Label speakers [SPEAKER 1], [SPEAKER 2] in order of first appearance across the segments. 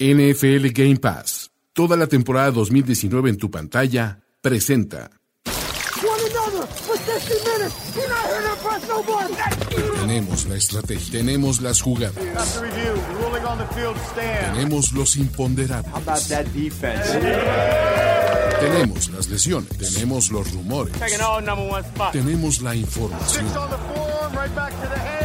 [SPEAKER 1] NFL Game Pass, toda la temporada 2019 en tu pantalla, presenta. Tenemos la estrategia, tenemos las jugadas,
[SPEAKER 2] After review, ruling on the field stand.
[SPEAKER 1] tenemos los imponderables,
[SPEAKER 3] that defense.
[SPEAKER 1] tenemos las lesiones, tenemos los rumores,
[SPEAKER 2] Taking all oh, number one spot.
[SPEAKER 1] tenemos la información,
[SPEAKER 2] Six on the form, right back to the hand.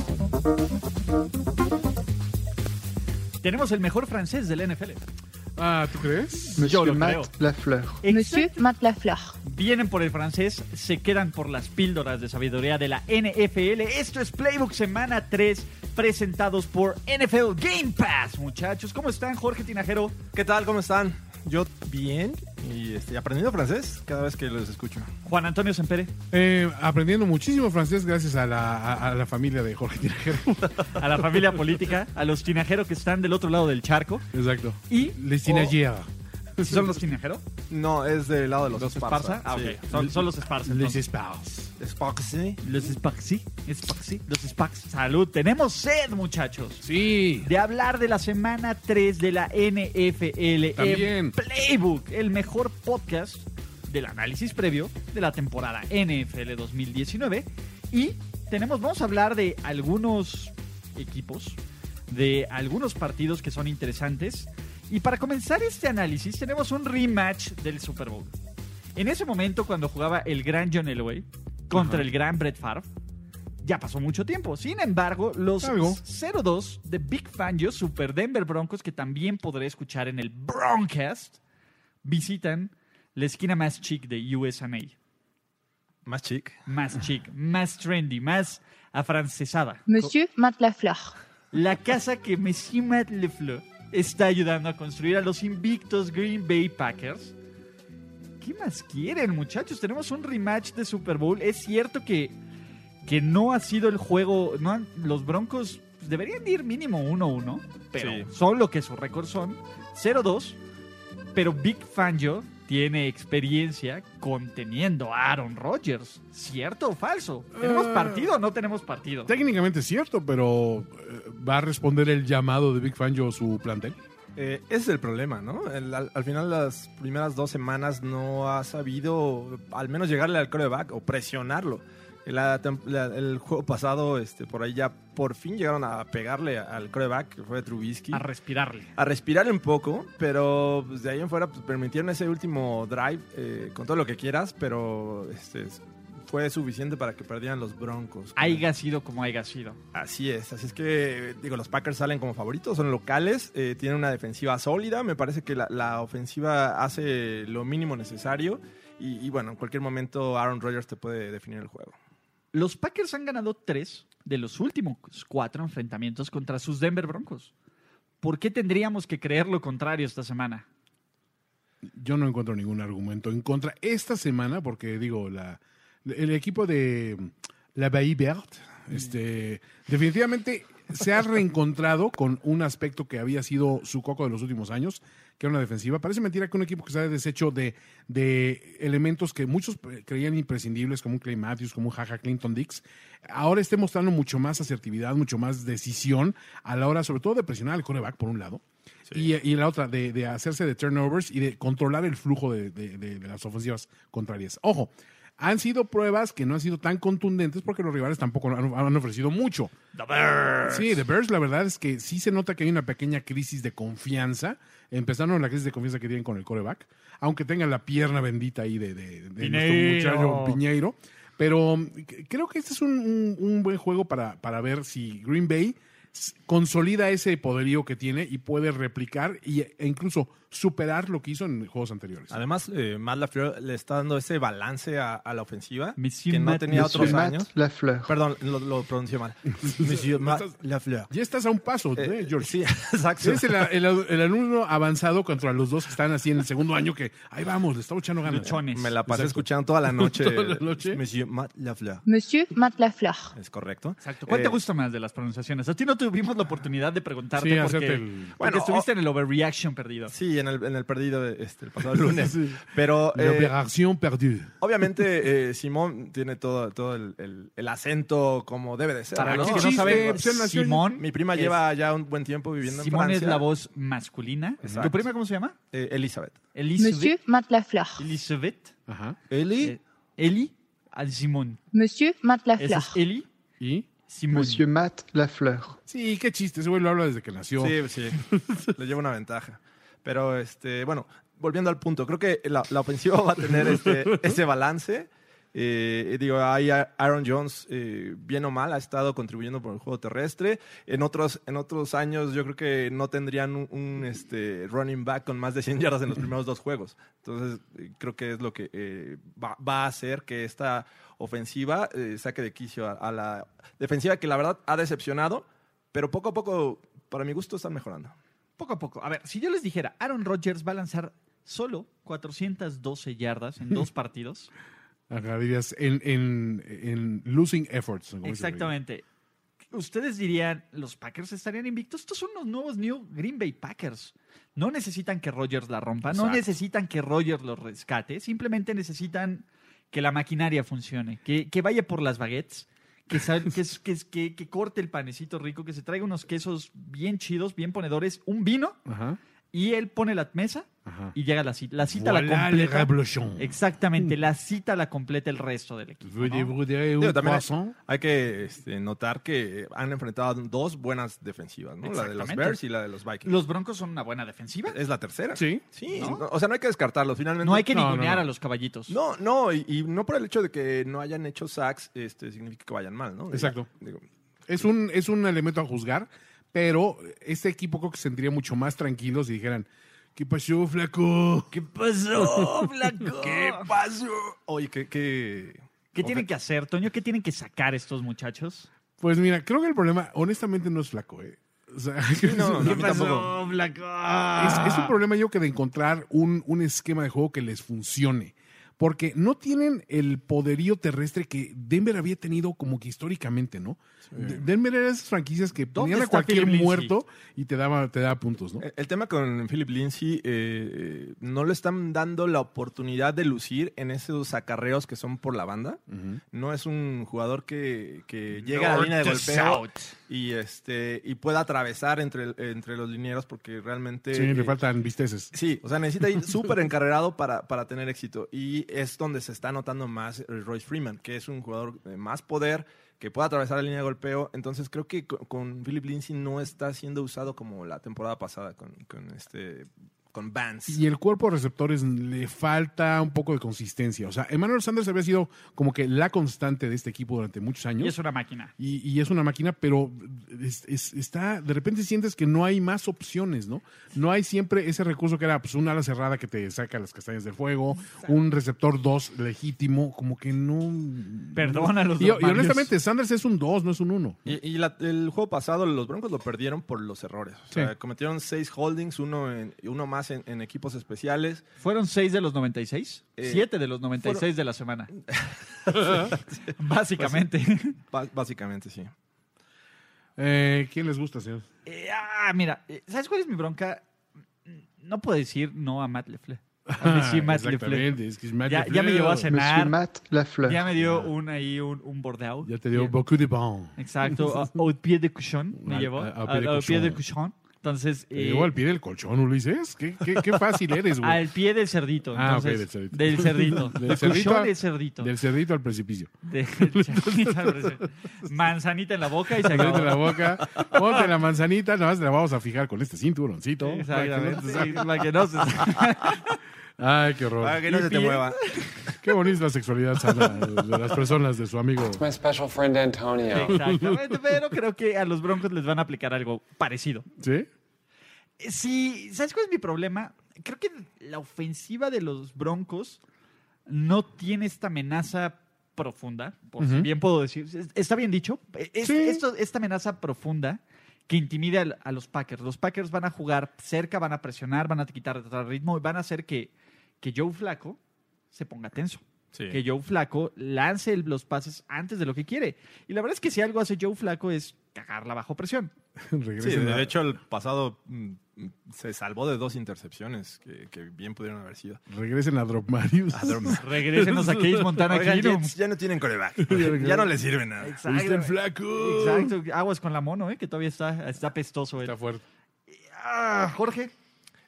[SPEAKER 4] Tenemos el mejor francés del NFL.
[SPEAKER 5] Ah, ¿tú crees?
[SPEAKER 4] Yo lo
[SPEAKER 6] Monsieur
[SPEAKER 4] creo.
[SPEAKER 6] Matt Lafleur.
[SPEAKER 4] Exacto.
[SPEAKER 7] Monsieur Matt Lafleur.
[SPEAKER 4] Vienen por el francés, se quedan por las píldoras de sabiduría de la NFL. Esto es Playbook Semana 3, presentados por NFL Game Pass. Muchachos, ¿cómo están, Jorge Tinajero?
[SPEAKER 8] ¿Qué tal? ¿Cómo están? Yo bien y este, aprendiendo francés cada vez que los escucho.
[SPEAKER 4] Juan Antonio Sempere,
[SPEAKER 5] Eh, aprendiendo muchísimo francés gracias a la, a- a la familia de Jorge Tinajero.
[SPEAKER 4] a la familia política, a los tinajeros que están del otro lado del charco.
[SPEAKER 5] Exacto.
[SPEAKER 4] Y
[SPEAKER 5] Les Tinajera.
[SPEAKER 4] ¿Sí ¿Son los tinajeros?
[SPEAKER 8] No, es del lado de los,
[SPEAKER 4] ¿Los
[SPEAKER 8] Esparza.
[SPEAKER 4] Esparza? Ah, ok.
[SPEAKER 8] Sí.
[SPEAKER 4] Son, son los Esparza.
[SPEAKER 5] Les
[SPEAKER 4] entonces.
[SPEAKER 5] Esparce.
[SPEAKER 8] Esparza.
[SPEAKER 4] Los Spaxi, Spaxi, los Spax. Salud, tenemos sed, muchachos.
[SPEAKER 5] Sí.
[SPEAKER 4] de hablar de la semana 3 de la NFL en
[SPEAKER 5] También.
[SPEAKER 4] Playbook, el mejor podcast del análisis previo de la temporada NFL 2019 y tenemos vamos a hablar de algunos equipos, de algunos partidos que son interesantes y para comenzar este análisis tenemos un rematch del Super Bowl. En ese momento cuando jugaba el gran John Elway contra el gran Brett Favre ya pasó mucho tiempo. Sin embargo, los
[SPEAKER 5] Algo.
[SPEAKER 4] 0-2 de Big Fangio Super Denver Broncos, que también podré escuchar en el Broncast, visitan la esquina más chic de USA.
[SPEAKER 8] Más chic.
[SPEAKER 4] Más chic, más trendy, más afrancesada.
[SPEAKER 7] Monsieur Matt Lafleur.
[SPEAKER 4] La casa que Messi Matt Lefleur está ayudando a construir a los invictos Green Bay Packers. ¿Qué más quieren, muchachos? Tenemos un rematch de Super Bowl. Es cierto que, que no ha sido el juego. No han- los Broncos deberían de ir mínimo 1-1, pero
[SPEAKER 8] Sí.
[SPEAKER 4] son lo que su récord son: 0-2. Pero Big Fangio tiene experiencia conteniendo a Aaron Rodgers. ¿Cierto o falso? ¿Tenemos
[SPEAKER 5] Eh.
[SPEAKER 4] partido o no tenemos partido?
[SPEAKER 5] Técnicamente es cierto, pero eh, ¿va a responder el llamado de Big Fangio su plantel?
[SPEAKER 8] Eh, ese es el problema, ¿no? El- al, al final, las primeras dos semanas no ha sabido al menos llegarle al coreback o presionarlo. La tem- la- el juego pasado, este, por ahí ya por fin llegaron a pegarle al coreback, que fue Trubisky.
[SPEAKER 4] A respirarle.
[SPEAKER 8] a respirar un poco, pero pues, de ahí en fuera pues, permitieron ese último drive eh, con todo lo que quieras, pero este, es- fue suficiente para que perdieran los Broncos.
[SPEAKER 4] haya sido como haya sido.
[SPEAKER 8] Así es, así es que eh, digo, los Packers salen como favoritos, son locales, eh, tienen una defensiva sólida, me parece que la, la ofensiva hace lo mínimo necesario y, y, bueno, en cualquier momento Aaron Rodgers te puede definir el juego.
[SPEAKER 4] Los Packers han ganado tres de los últimos cuatro enfrentamientos contra sus Denver Broncos. ¿Por qué tendríamos que creer lo contrario esta semana?
[SPEAKER 5] Yo no encuentro ningún argumento en contra esta semana, porque digo, la, el equipo de la Bay Verte, este, definitivamente se ha reencontrado con un aspecto que había sido su coco de los últimos años, que era una defensiva. Parece mentira que un equipo que se ha deshecho de, de elementos que muchos pre- creían imprescindibles, como un Clay Matthews, como un Jaja Clinton Dix, ahora esté mostrando mucho más asertividad, mucho más decisión a la hora, sobre todo, de presionar al coreback, por un lado. Y, y la otra, de, de hacerse de turnovers y de controlar el flujo de, de- de- de las ofensivas contrarias. Ojo, han sido pruebas que no han sido tan contundentes porque los rivales tampoco han, han ofrecido mucho. Sí, The Bears, la verdad es que sí se nota que hay una pequeña crisis de confianza. Empezaron la crisis de confianza que tienen con el coreback, aunque tengan la pierna bendita ahí de, de- de nuestro
[SPEAKER 4] Piñeiro.
[SPEAKER 5] muchacho Piñeiro. Pero mm, c- creo que este es un, un- un buen juego para, para ver si Green Bay s- consolida ese poderío que tiene y puede replicar y, e incluso superar lo que hizo en juegos anteriores.
[SPEAKER 8] Además, eh, Matt LaFleur le está dando ese balance a, a la ofensiva
[SPEAKER 4] Monsieur
[SPEAKER 8] que no
[SPEAKER 4] Matt-
[SPEAKER 8] tenía
[SPEAKER 4] Monsieur
[SPEAKER 8] otros
[SPEAKER 3] Matt
[SPEAKER 8] años.
[SPEAKER 3] Lafleur.
[SPEAKER 8] Perdón, lo, lo pronuncié mal. Monsieur Matt LaFleur.
[SPEAKER 5] Ya estás a un paso,
[SPEAKER 8] Eh,
[SPEAKER 5] ¿eh, George.
[SPEAKER 8] Sí, exacto.
[SPEAKER 5] Eres el, el- el alumno avanzado contra los dos que están así en el segundo año que ahí vamos, le estamos echando ganas.
[SPEAKER 4] Luchones.
[SPEAKER 8] Me la pasé
[SPEAKER 5] Exacto.
[SPEAKER 8] escuchando toda la noche.
[SPEAKER 5] Toda la noche.
[SPEAKER 8] Monsieur Matt LaFleur.
[SPEAKER 7] Monsieur Matt Lafleur.
[SPEAKER 8] Es correcto.
[SPEAKER 4] Exacto. ¿Cuál te
[SPEAKER 8] Eh,
[SPEAKER 4] gusta más de las pronunciaciones? A ti no tuvimos la oportunidad de preguntarte
[SPEAKER 5] Sí,
[SPEAKER 4] porque,
[SPEAKER 5] hacerte el-
[SPEAKER 4] porque
[SPEAKER 8] Bueno, oh.
[SPEAKER 4] estuviste en el overreaction perdido.
[SPEAKER 8] Sí, en el, en el perdido este, el pasado lunes. Pero
[SPEAKER 5] La
[SPEAKER 8] eh,
[SPEAKER 5] operación perdida.
[SPEAKER 8] obviamente eh, Simón tiene todo, todo el, el- el acento como debe de ser.
[SPEAKER 4] Para
[SPEAKER 8] ¿no?
[SPEAKER 4] los que no
[SPEAKER 5] chiste,
[SPEAKER 4] saben,
[SPEAKER 5] pues, él nació en-
[SPEAKER 4] Simón,
[SPEAKER 8] Mi prima
[SPEAKER 4] es-
[SPEAKER 8] lleva ya un buen tiempo viviendo en
[SPEAKER 4] Simón
[SPEAKER 8] Francia.
[SPEAKER 4] es la voz masculina.
[SPEAKER 8] Exacto.
[SPEAKER 4] ¿Tu prima cómo se llama?
[SPEAKER 8] Eh, Elizabeth.
[SPEAKER 7] Monsieur
[SPEAKER 4] Elizabeth.
[SPEAKER 7] Matt Lafleur.
[SPEAKER 4] Elizabeth.
[SPEAKER 5] Ajá.
[SPEAKER 8] Eli.
[SPEAKER 4] eh, Eli al Simón.
[SPEAKER 7] Monsieur Matt
[SPEAKER 4] Esa es
[SPEAKER 7] Lafleur.
[SPEAKER 4] Eli
[SPEAKER 5] ¿Y?
[SPEAKER 4] Simón.
[SPEAKER 3] Monsieur Matt Lafleur.
[SPEAKER 5] Sí, qué chiste, ese güey lo habla desde que nació.
[SPEAKER 8] Sí, sí. Le lleva una ventaja. Pero, este, bueno, volviendo al punto, creo que la, la ofensiva va a tener este, ese balance. Eh, digo, ahí a- Aaron Jones, eh, bien o mal, ha estado contribuyendo por el juego terrestre. En otros, en otros años, yo creo que no tendrían un, un, este, running back con más de 100 yardas en los primeros dos juegos. Entonces, eh, creo que es lo que eh, va, va a hacer que esta ofensiva eh, saque de quicio a- a la defensiva que la verdad ha decepcionado, pero poco a poco, para mi gusto, están mejorando.
[SPEAKER 4] Poco a poco. A ver, si yo les dijera, Aaron Rodgers va a lanzar solo 412 yardas en dos partidos.
[SPEAKER 5] Ajá, dirías, en, en, en losing efforts. como dice el güey.
[SPEAKER 4] Exactamente. Ustedes dirían, los Packers estarían invictos. Estos son los nuevos New Green Bay Packers. No necesitan que Rodgers la rompa, no
[SPEAKER 5] Exacto.
[SPEAKER 4] necesitan que Rodgers los rescate, simplemente necesitan que la maquinaria funcione, que, que vaya por las baguettes, que, sal- que, es- que, es- que- que corte el panecito rico, que se traiga unos quesos bien chidos, bien ponedores, un vino,
[SPEAKER 5] Ajá,
[SPEAKER 4] y él pone la mesa
[SPEAKER 5] ajá.
[SPEAKER 4] y llega la cita. La cita
[SPEAKER 5] Voilà
[SPEAKER 4] la
[SPEAKER 5] le
[SPEAKER 4] completa.
[SPEAKER 5] revolution.
[SPEAKER 4] Exactamente, la cita la completa el resto del equipo. ¿no?
[SPEAKER 5] Voulez-vous dire un
[SPEAKER 8] Digo, también hay-
[SPEAKER 5] croissant?
[SPEAKER 8] Hay que este, notar que han enfrentado dos buenas defensivas, ¿no? La de los
[SPEAKER 4] Exactamente.
[SPEAKER 8] Bears y la de los Vikings.
[SPEAKER 4] Los Broncos son una buena defensiva.
[SPEAKER 8] Es la tercera.
[SPEAKER 5] Sí.
[SPEAKER 8] Sí.
[SPEAKER 4] ¿No?
[SPEAKER 8] no- o sea, no hay que descartarlos. Finalmente.
[SPEAKER 4] No hay que
[SPEAKER 5] No, no,
[SPEAKER 4] ningunear
[SPEAKER 5] no.
[SPEAKER 4] a los caballitos.
[SPEAKER 8] No, no, y, y no por el hecho de que no hayan hecho sacks, este, significa que vayan mal, ¿no?
[SPEAKER 5] Exacto.
[SPEAKER 8] Digo,
[SPEAKER 5] Es un, es un elemento a juzgar, pero este equipo creo que se sentiría mucho más tranquilos si dijeran, ¿qué pasó, flaco?
[SPEAKER 4] ¿Qué pasó, Blanco? ¿Qué,
[SPEAKER 8] Oye, que, que-
[SPEAKER 4] tienen que hacer, Toño? ¿Qué tienen que sacar estos muchachos?
[SPEAKER 5] Pues mira, creo que el problema, honestamente, no es flaco, ¿eh? O sea,
[SPEAKER 8] no, no, a mí tampoco.
[SPEAKER 4] Blanco?
[SPEAKER 5] Es, es
[SPEAKER 4] Ah.
[SPEAKER 5] un problema yo que de encontrar un, un esquema de juego que les funcione. Porque no tienen el poderío terrestre que Denver había tenido como que históricamente, ¿no? De- Denver era esas franquicias que ponían a
[SPEAKER 4] está
[SPEAKER 5] cualquier
[SPEAKER 4] Philip Lindsay? Eh,
[SPEAKER 5] muerto y te daba, te daba puntos, ¿no?
[SPEAKER 8] El- El tema con Philip Lindsay, eh, eh, no le están dando la oportunidad de lucir en esos acarreos que son por la banda. No es un jugador que, que llega a la línea de golpeo y, este, y pueda atravesar entre, el- entre los linieros porque realmente...
[SPEAKER 5] sí, le
[SPEAKER 8] eh,
[SPEAKER 5] faltan visteces.
[SPEAKER 8] Sí, o sea, necesita ir súper encarregado para, para tener éxito. Y es donde se está notando más eh, Royce Freeman, que es un jugador de más poder, que puede atravesar la línea de golpeo. Entonces creo que co- con, Philip Lindsay no está siendo usado como la temporada pasada con, con este con Vance.
[SPEAKER 5] Y el cuerpo de receptores le falta un poco de consistencia. O sea, Emmanuel Sanders había sido como que la constante de este equipo durante muchos años.
[SPEAKER 4] Y es una máquina.
[SPEAKER 5] y, y es una máquina, pero es- es- está, de repente sientes que no hay más opciones, ¿no? No hay siempre ese recurso que era pues, un ala cerrada que te saca las castañas del fuego, un receptor 2 legítimo, como que no...
[SPEAKER 4] Perdón a los
[SPEAKER 5] Y, y
[SPEAKER 4] normalios.
[SPEAKER 5] honestamente, Sanders es un 2, no es un 1.
[SPEAKER 8] Y, y la- el juego pasado los Broncos lo perdieron por los errores. O sea,
[SPEAKER 5] Sí.
[SPEAKER 8] cometieron seis holdings, uno, en- uno más en- en equipos especiales.
[SPEAKER 4] ¿Fueron seis de los 96?
[SPEAKER 8] Eh,
[SPEAKER 4] Siete de los 96 de la semana. Básicamente.
[SPEAKER 8] Ba- básicamente, sí.
[SPEAKER 5] Eh, ¿Quién les gusta, señor?
[SPEAKER 4] Eh, ah, mira, eh, ¿sabes cuál es mi bronca? No puedo decir no a Matt LeFleur. A mí sí, Matt LeFleur.
[SPEAKER 5] Ah, Exactamente, es que es Matt
[SPEAKER 4] Ya, ya me
[SPEAKER 5] Lafleur.
[SPEAKER 4] llevó a
[SPEAKER 3] Monsieur
[SPEAKER 4] cenar.
[SPEAKER 3] Matt Lafleur.
[SPEAKER 4] Ya me dio un ahí un, un bordeado.
[SPEAKER 5] Ya te dio
[SPEAKER 4] Bien.
[SPEAKER 5] beaucoup de bon.
[SPEAKER 4] Exacto, a- au pie de cuchón me
[SPEAKER 5] Al-
[SPEAKER 4] llevó.
[SPEAKER 5] a-
[SPEAKER 4] Al
[SPEAKER 5] au pie de
[SPEAKER 4] al pie de
[SPEAKER 5] cuchón.
[SPEAKER 4] cuchón. Entonces,
[SPEAKER 5] Te
[SPEAKER 4] eh,
[SPEAKER 5] llevo al pie del colchón, Ulises. Qué, qué- qué fácil eres, güey.
[SPEAKER 4] al pie del cerdito.
[SPEAKER 5] Ah, ok,
[SPEAKER 4] Entonces,
[SPEAKER 5] del cerdito.
[SPEAKER 4] del cerdito.
[SPEAKER 5] Del
[SPEAKER 4] Del
[SPEAKER 5] cerdito
[SPEAKER 4] cerdito.
[SPEAKER 5] a-
[SPEAKER 4] Del cerdito.
[SPEAKER 5] Del cerdito al precipicio.
[SPEAKER 4] Del cerdito al cerdito. Manzanita en la boca y se acabó.
[SPEAKER 5] Ponte la boca, ponte la manzanita, nada más te la vamos a fijar con este cinturoncito.
[SPEAKER 4] Exactamente. sí, para que no se-
[SPEAKER 5] Ay, qué horror.
[SPEAKER 8] Para que no se te
[SPEAKER 4] pie.
[SPEAKER 8] mueva.
[SPEAKER 5] Qué bonita es la sexualidad sana de de las personas, de su amigo.
[SPEAKER 6] My special friend Antonio.
[SPEAKER 4] Exactamente, pero creo que a los Broncos les van a aplicar algo parecido.
[SPEAKER 5] ¿Sí?
[SPEAKER 4] Eh, Sí, ¿sabes cuál es mi problema? Creo que la ofensiva de los Broncos no tiene esta amenaza profunda, por si
[SPEAKER 5] Ujú.
[SPEAKER 4] bien puedo decir. Es- Está bien dicho. e, Es-
[SPEAKER 5] Sí.
[SPEAKER 4] esto- esta amenaza profunda que intimida al- a los Packers. Los Packers van a jugar cerca, van a presionar, van a quitar el ritmo y van a hacer que, que Joe Flaco se ponga tenso que Joe Flaco lance el- los pases antes de lo que quiere. Y la verdad es que si algo hace Joe Flaco es cagarla bajo presión.
[SPEAKER 8] Sí,
[SPEAKER 5] Regresen a-
[SPEAKER 8] de hecho, el pasado mm, se salvó de dos intercepciones que, que bien pudieron haber sido.
[SPEAKER 5] Regresen a Drop Marius.
[SPEAKER 4] Regrésenos a Case Montana
[SPEAKER 8] Oigan,
[SPEAKER 4] Keenum.
[SPEAKER 8] Jets ya no tienen coreback. ya no les sirve nada.
[SPEAKER 5] ¿Viste el flaco?
[SPEAKER 4] Exacto, aguas con la mono, ¿eh? que todavía está, está pestoso.
[SPEAKER 5] Está fuerte.
[SPEAKER 4] Jorge.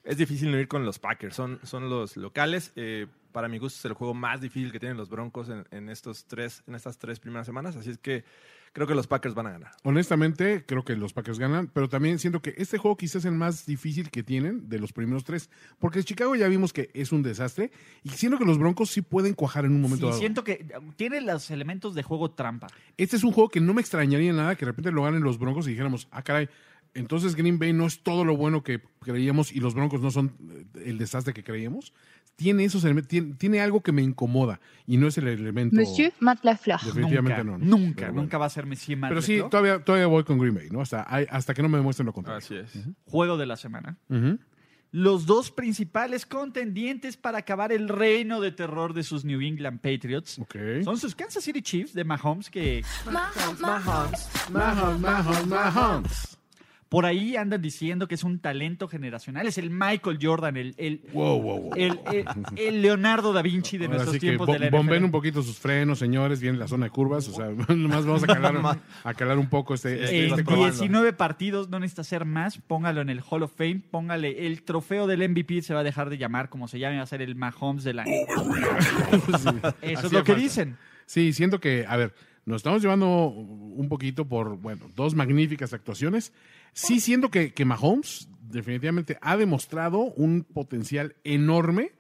[SPEAKER 8] Es difícil no ir con los Packers, son, son los locales. eh, para mi gusto es el juego más difícil que tienen los Broncos en, en estos tres, en estas tres primeras semanas, así es que creo que los Packers van a ganar.
[SPEAKER 5] Honestamente, creo que los Packers ganan, pero también siento que este juego quizás es el más difícil que tienen de los primeros tres, porque Chicago ya vimos que es un desastre y siento que los Broncos sí pueden cuajar en un momento
[SPEAKER 4] Sí,
[SPEAKER 5] dado.
[SPEAKER 4] siento que eh, tiene los elementos de juego trampa.
[SPEAKER 5] Este es un juego que no me extrañaría nada que de repente lo ganen los Broncos y dijéramos, ah, caray, entonces Green Bay no es todo lo bueno que creíamos y los Broncos no son eh, el desastre que creíamos. Tiene esos elementos, tiene, tiene algo que me incomoda y no es el elemento.
[SPEAKER 7] Monsieur Matt Lafleur.
[SPEAKER 5] Definitivamente
[SPEAKER 4] nunca,
[SPEAKER 5] no, ¿no?
[SPEAKER 4] Nunca,
[SPEAKER 5] Pero bueno.
[SPEAKER 4] nunca va a ser Messi
[SPEAKER 5] Pero sí, todavía, todavía voy con Green Bay, ¿no? Hasta, hay- hasta que no me demuestren lo contrario.
[SPEAKER 8] Así es.
[SPEAKER 4] Juego de la semana.
[SPEAKER 5] Ujú.
[SPEAKER 4] los dos principales contendientes para acabar el reino de terror de sus New England Patriots.
[SPEAKER 5] Ok.
[SPEAKER 4] Son sus Kansas City Chiefs de Mahomes, que
[SPEAKER 5] Mahomes, Mahomes, Mahomes.
[SPEAKER 4] por ahí andan diciendo que es un talento generacional. Es el Michael Jordan, el, el,
[SPEAKER 5] Wow, wow, wow.
[SPEAKER 4] el, el- el Leonardo da Vinci de
[SPEAKER 5] Ahora
[SPEAKER 4] nuestros
[SPEAKER 5] sí que
[SPEAKER 4] tiempos
[SPEAKER 5] bo-
[SPEAKER 4] de la NFL.
[SPEAKER 5] bomben un poquito sus frenos, señores. Viene la zona de curvas. O sea, nomás vamos a calar, a calar un poco este. este-
[SPEAKER 4] En
[SPEAKER 8] Estás
[SPEAKER 5] este-
[SPEAKER 8] probando.
[SPEAKER 4] 19 partidos, no necesita hacer más. Póngalo en el Hall of Fame. Póngale el trofeo del MVP. Se va a dejar de llamar como se llame. Va a ser el Mahomes de la. Eso
[SPEAKER 5] Hacía
[SPEAKER 4] es lo que
[SPEAKER 5] falta.
[SPEAKER 4] dicen.
[SPEAKER 5] Sí, siento que, a ver, nos estamos llevando un poquito por, bueno, dos magníficas actuaciones. Sí, siento que, que Mahomes definitivamente ha demostrado un potencial enorme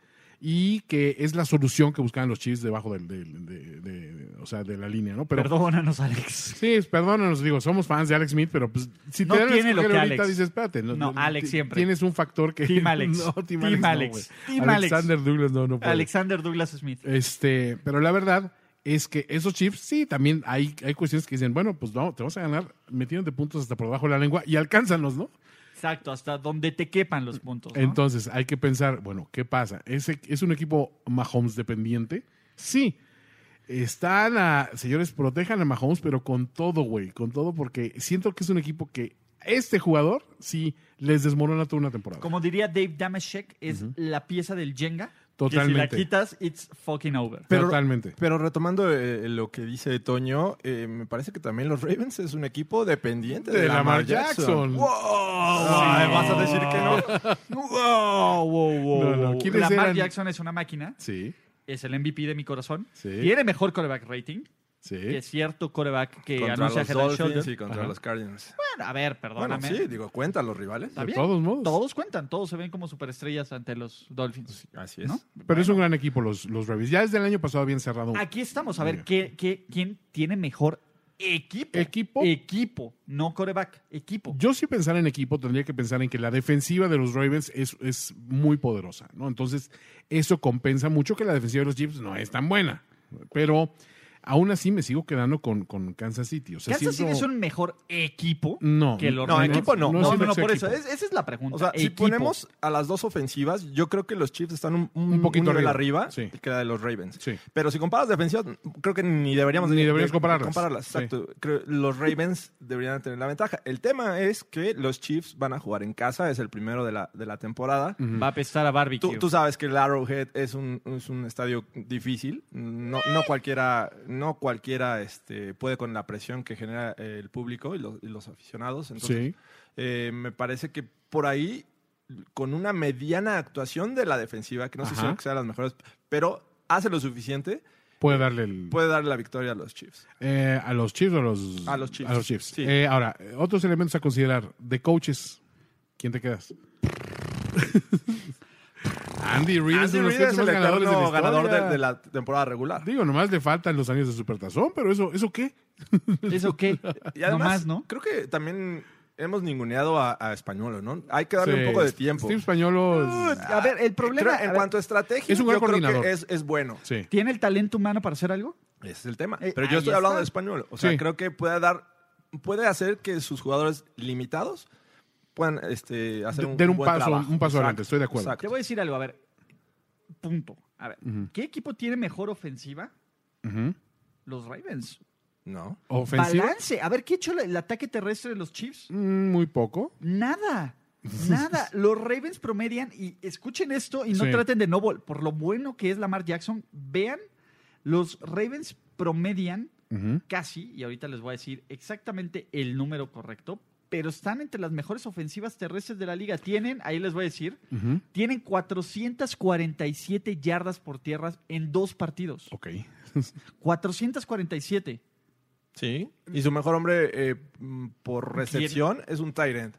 [SPEAKER 5] y que es la solución que buscaban los Chiefs debajo del, del- de, de- o sea, de la línea, ¿no? Pero,
[SPEAKER 4] Perdónanos, Alex.
[SPEAKER 5] Sí, perdónanos, digo, somos fans de Alex Smith, pero pues si
[SPEAKER 4] No
[SPEAKER 5] te dan a
[SPEAKER 4] tiene lo
[SPEAKER 5] escoger
[SPEAKER 4] que
[SPEAKER 5] ahorita
[SPEAKER 4] Alex.
[SPEAKER 5] dices, espérate.
[SPEAKER 4] No, Alex
[SPEAKER 5] ti-
[SPEAKER 4] siempre.
[SPEAKER 5] Tienes un factor que...
[SPEAKER 4] Team Alex.
[SPEAKER 5] No, Team,
[SPEAKER 4] Team
[SPEAKER 5] Alex. no,
[SPEAKER 4] Alex.
[SPEAKER 5] güey.
[SPEAKER 4] Team Alex.
[SPEAKER 5] Alexander Douglas, no, no puede.
[SPEAKER 4] Alexander Douglas Smith.
[SPEAKER 5] Este, pero la verdad es que esos chips, sí, también hay, hay cuestiones que dicen, bueno, pues vamos, te vas a ganar metiéndote puntos hasta por debajo de la lengua y alcánzanos, ¿no?
[SPEAKER 4] Exacto, hasta donde te quepan los puntos. ¿no?
[SPEAKER 5] Entonces, hay que pensar, bueno, ¿qué pasa? ¿Es, es un equipo Mahomes dependiente? Sí. Están a, señores, protejan a Mahomes, pero con todo, güey, con todo, porque siento que es un equipo que este jugador sí les desmorona toda una temporada.
[SPEAKER 4] Como diría Dave Damashek, es la pieza del Jenga. Que si
[SPEAKER 5] Totalmente.
[SPEAKER 4] la quitas, it's fucking over.
[SPEAKER 8] Pero-
[SPEAKER 5] Totalmente.
[SPEAKER 8] Pero retomando eh, lo que dice Toño, eh, me parece que también los Ravens es un equipo dependiente de,
[SPEAKER 5] De
[SPEAKER 8] la
[SPEAKER 5] Lamar Jackson.
[SPEAKER 8] ¡Wow! Ay, ¿Vas a decir que no?
[SPEAKER 4] wow, wow, wow.
[SPEAKER 5] No, no, ¿quiénes
[SPEAKER 4] Lamar
[SPEAKER 5] eran?
[SPEAKER 4] Jackson es una máquina,
[SPEAKER 5] Sí,
[SPEAKER 4] es el MVP de mi corazón.
[SPEAKER 5] Sí.
[SPEAKER 4] Tiene mejor coreback rating que
[SPEAKER 5] sí.
[SPEAKER 4] cierto coreback que
[SPEAKER 8] Contra
[SPEAKER 4] anuncia
[SPEAKER 8] los
[SPEAKER 4] Head and
[SPEAKER 8] Dolphins
[SPEAKER 4] Shoulder.
[SPEAKER 8] y contra
[SPEAKER 5] Ajá.
[SPEAKER 8] los Cardinals.
[SPEAKER 4] Bueno, a ver,
[SPEAKER 8] Bueno,
[SPEAKER 4] perdóname.
[SPEAKER 8] sí, digo, cuenta los rivales.
[SPEAKER 4] Está bien.
[SPEAKER 5] todos modos.
[SPEAKER 4] Todos cuentan, todos se ven como superestrellas ante los Dolphins.
[SPEAKER 8] Así es.
[SPEAKER 4] ¿No?
[SPEAKER 5] Pero es un gran equipo los, los Ravens. Ya desde el año pasado habían cerrado.
[SPEAKER 4] Aquí estamos a ver qué, qué, quién tiene mejor equipo.
[SPEAKER 5] Equipo.
[SPEAKER 4] Equipo, no coreback, equipo.
[SPEAKER 5] Yo si pensar en equipo tendría que pensar en que la defensiva de los Ravens es, es muy poderosa, ¿no? Entonces, eso compensa mucho que la defensiva de los Chiefs no es tan buena. Pero aún así me sigo quedando con, con Kansas City. O sea,
[SPEAKER 4] Kansas City
[SPEAKER 5] siento-
[SPEAKER 4] es un mejor equipo
[SPEAKER 5] No,
[SPEAKER 4] que los
[SPEAKER 8] no,
[SPEAKER 4] Ravens.
[SPEAKER 8] equipo no.
[SPEAKER 4] No,
[SPEAKER 8] No,
[SPEAKER 4] no,
[SPEAKER 5] siento
[SPEAKER 4] no,
[SPEAKER 5] que
[SPEAKER 4] por
[SPEAKER 5] sea
[SPEAKER 4] eso.
[SPEAKER 5] equipo.
[SPEAKER 4] Es- esa es la pregunta.
[SPEAKER 8] O sea, si
[SPEAKER 4] Equipo.
[SPEAKER 8] ponemos a las dos ofensivas, yo creo que los Chiefs están un, un-
[SPEAKER 5] Un poquito
[SPEAKER 8] un nivel
[SPEAKER 5] arriba.
[SPEAKER 8] arriba,
[SPEAKER 5] Sí.
[SPEAKER 8] que la de los Ravens.
[SPEAKER 5] Sí.
[SPEAKER 8] Pero si comparas defensivas, creo que ni deberíamos
[SPEAKER 5] Ni
[SPEAKER 8] de-
[SPEAKER 5] deberías
[SPEAKER 8] de-
[SPEAKER 5] compararlas.
[SPEAKER 8] compararlas.
[SPEAKER 5] Sí.
[SPEAKER 8] Exacto. Creo los Ravens deberían tener la ventaja. El tema es que los Chiefs van a jugar en casa, es el primero de la, de la temporada.
[SPEAKER 4] Va a apestar a barbecue.
[SPEAKER 8] Tú, tú sabes que el Arrowhead es un, es un estadio difícil. No, no cualquiera, no cualquiera este, puede con la presión que genera eh, el público y los, y los aficionados. Entonces,
[SPEAKER 5] Sí.
[SPEAKER 8] eh, me parece que por ahí con una mediana actuación de la defensiva, que no sé
[SPEAKER 5] Ajá.
[SPEAKER 8] si sean las mejores, pero hace lo suficiente,
[SPEAKER 5] Puede darle el,
[SPEAKER 8] puede darle la victoria a los Chiefs.
[SPEAKER 5] eh, a los Chiefs o a los,
[SPEAKER 8] A los Chiefs. Sí.
[SPEAKER 5] Eh, ahora, eh, otros elementos a considerar. De coaches, ¿quién te quedas? Andy Reid es
[SPEAKER 8] Andy
[SPEAKER 5] uno
[SPEAKER 8] Reid
[SPEAKER 5] de los coaches
[SPEAKER 8] Ah, es
[SPEAKER 5] más
[SPEAKER 8] el
[SPEAKER 5] ganadores de la
[SPEAKER 8] eterno ganador de,
[SPEAKER 5] historia.
[SPEAKER 8] de la temporada regular.
[SPEAKER 5] Digo, nomás le faltan los años de supertazón, pero eso, ¿eso qué?
[SPEAKER 4] ¿Eso qué?
[SPEAKER 8] Y
[SPEAKER 4] Nomás,
[SPEAKER 8] además,
[SPEAKER 4] ¿no?
[SPEAKER 8] creo que también hemos ninguneado a, a Españolo, ¿no? Hay que darle un poco de tiempo. Eh,
[SPEAKER 5] Steve Españolo es-
[SPEAKER 4] A ver, el problema.
[SPEAKER 8] Creo- en
[SPEAKER 4] a ver,
[SPEAKER 8] cuanto a estrategia,
[SPEAKER 5] Es un gran
[SPEAKER 8] yo creo
[SPEAKER 5] coordinador.
[SPEAKER 8] que es, es bueno.
[SPEAKER 5] Sí.
[SPEAKER 4] ¿Tiene el talento humano para hacer algo?
[SPEAKER 8] Ese es el tema.
[SPEAKER 4] Eh,
[SPEAKER 8] Pero
[SPEAKER 4] ahí
[SPEAKER 8] yo estoy hablando
[SPEAKER 4] está.
[SPEAKER 8] de español. O sea,
[SPEAKER 5] Sí.
[SPEAKER 8] creo que puede dar, puede hacer que sus jugadores limitados puedan este, hacer
[SPEAKER 5] De-
[SPEAKER 8] un,
[SPEAKER 5] den un
[SPEAKER 8] buen
[SPEAKER 5] paso-
[SPEAKER 8] trabajo.
[SPEAKER 5] un paso adelante, estoy de acuerdo.
[SPEAKER 4] Te
[SPEAKER 8] exacto.
[SPEAKER 4] voy a decir algo, a ver. Punto. A ver,
[SPEAKER 5] Ujú.
[SPEAKER 4] ¿qué equipo tiene mejor ofensiva?
[SPEAKER 5] Ujú.
[SPEAKER 4] Los Ravens.
[SPEAKER 8] No.
[SPEAKER 5] Ofensiva,
[SPEAKER 4] Balance. A ver, ¿qué ha hecho la- el ataque terrestre de los Chiefs?
[SPEAKER 5] mm, muy poco.
[SPEAKER 4] Nada. Nada. Los Ravens promedian y escuchen esto y no
[SPEAKER 5] Sí.
[SPEAKER 4] traten de no vol- Por lo bueno que es Lamar Jackson, vean, los Ravens promedian
[SPEAKER 5] Ujú.
[SPEAKER 4] casi, y ahorita les voy a decir exactamente el número correcto, pero están entre las mejores ofensivas terrestres de la liga. Tienen, ahí les voy a decir,
[SPEAKER 5] Ujú.
[SPEAKER 4] tienen 447 yardas por tierra en dos partidos.
[SPEAKER 5] Ok.
[SPEAKER 4] 447.
[SPEAKER 8] Sí. Y su mejor hombre eh, mm, por recepción es un Tyrant.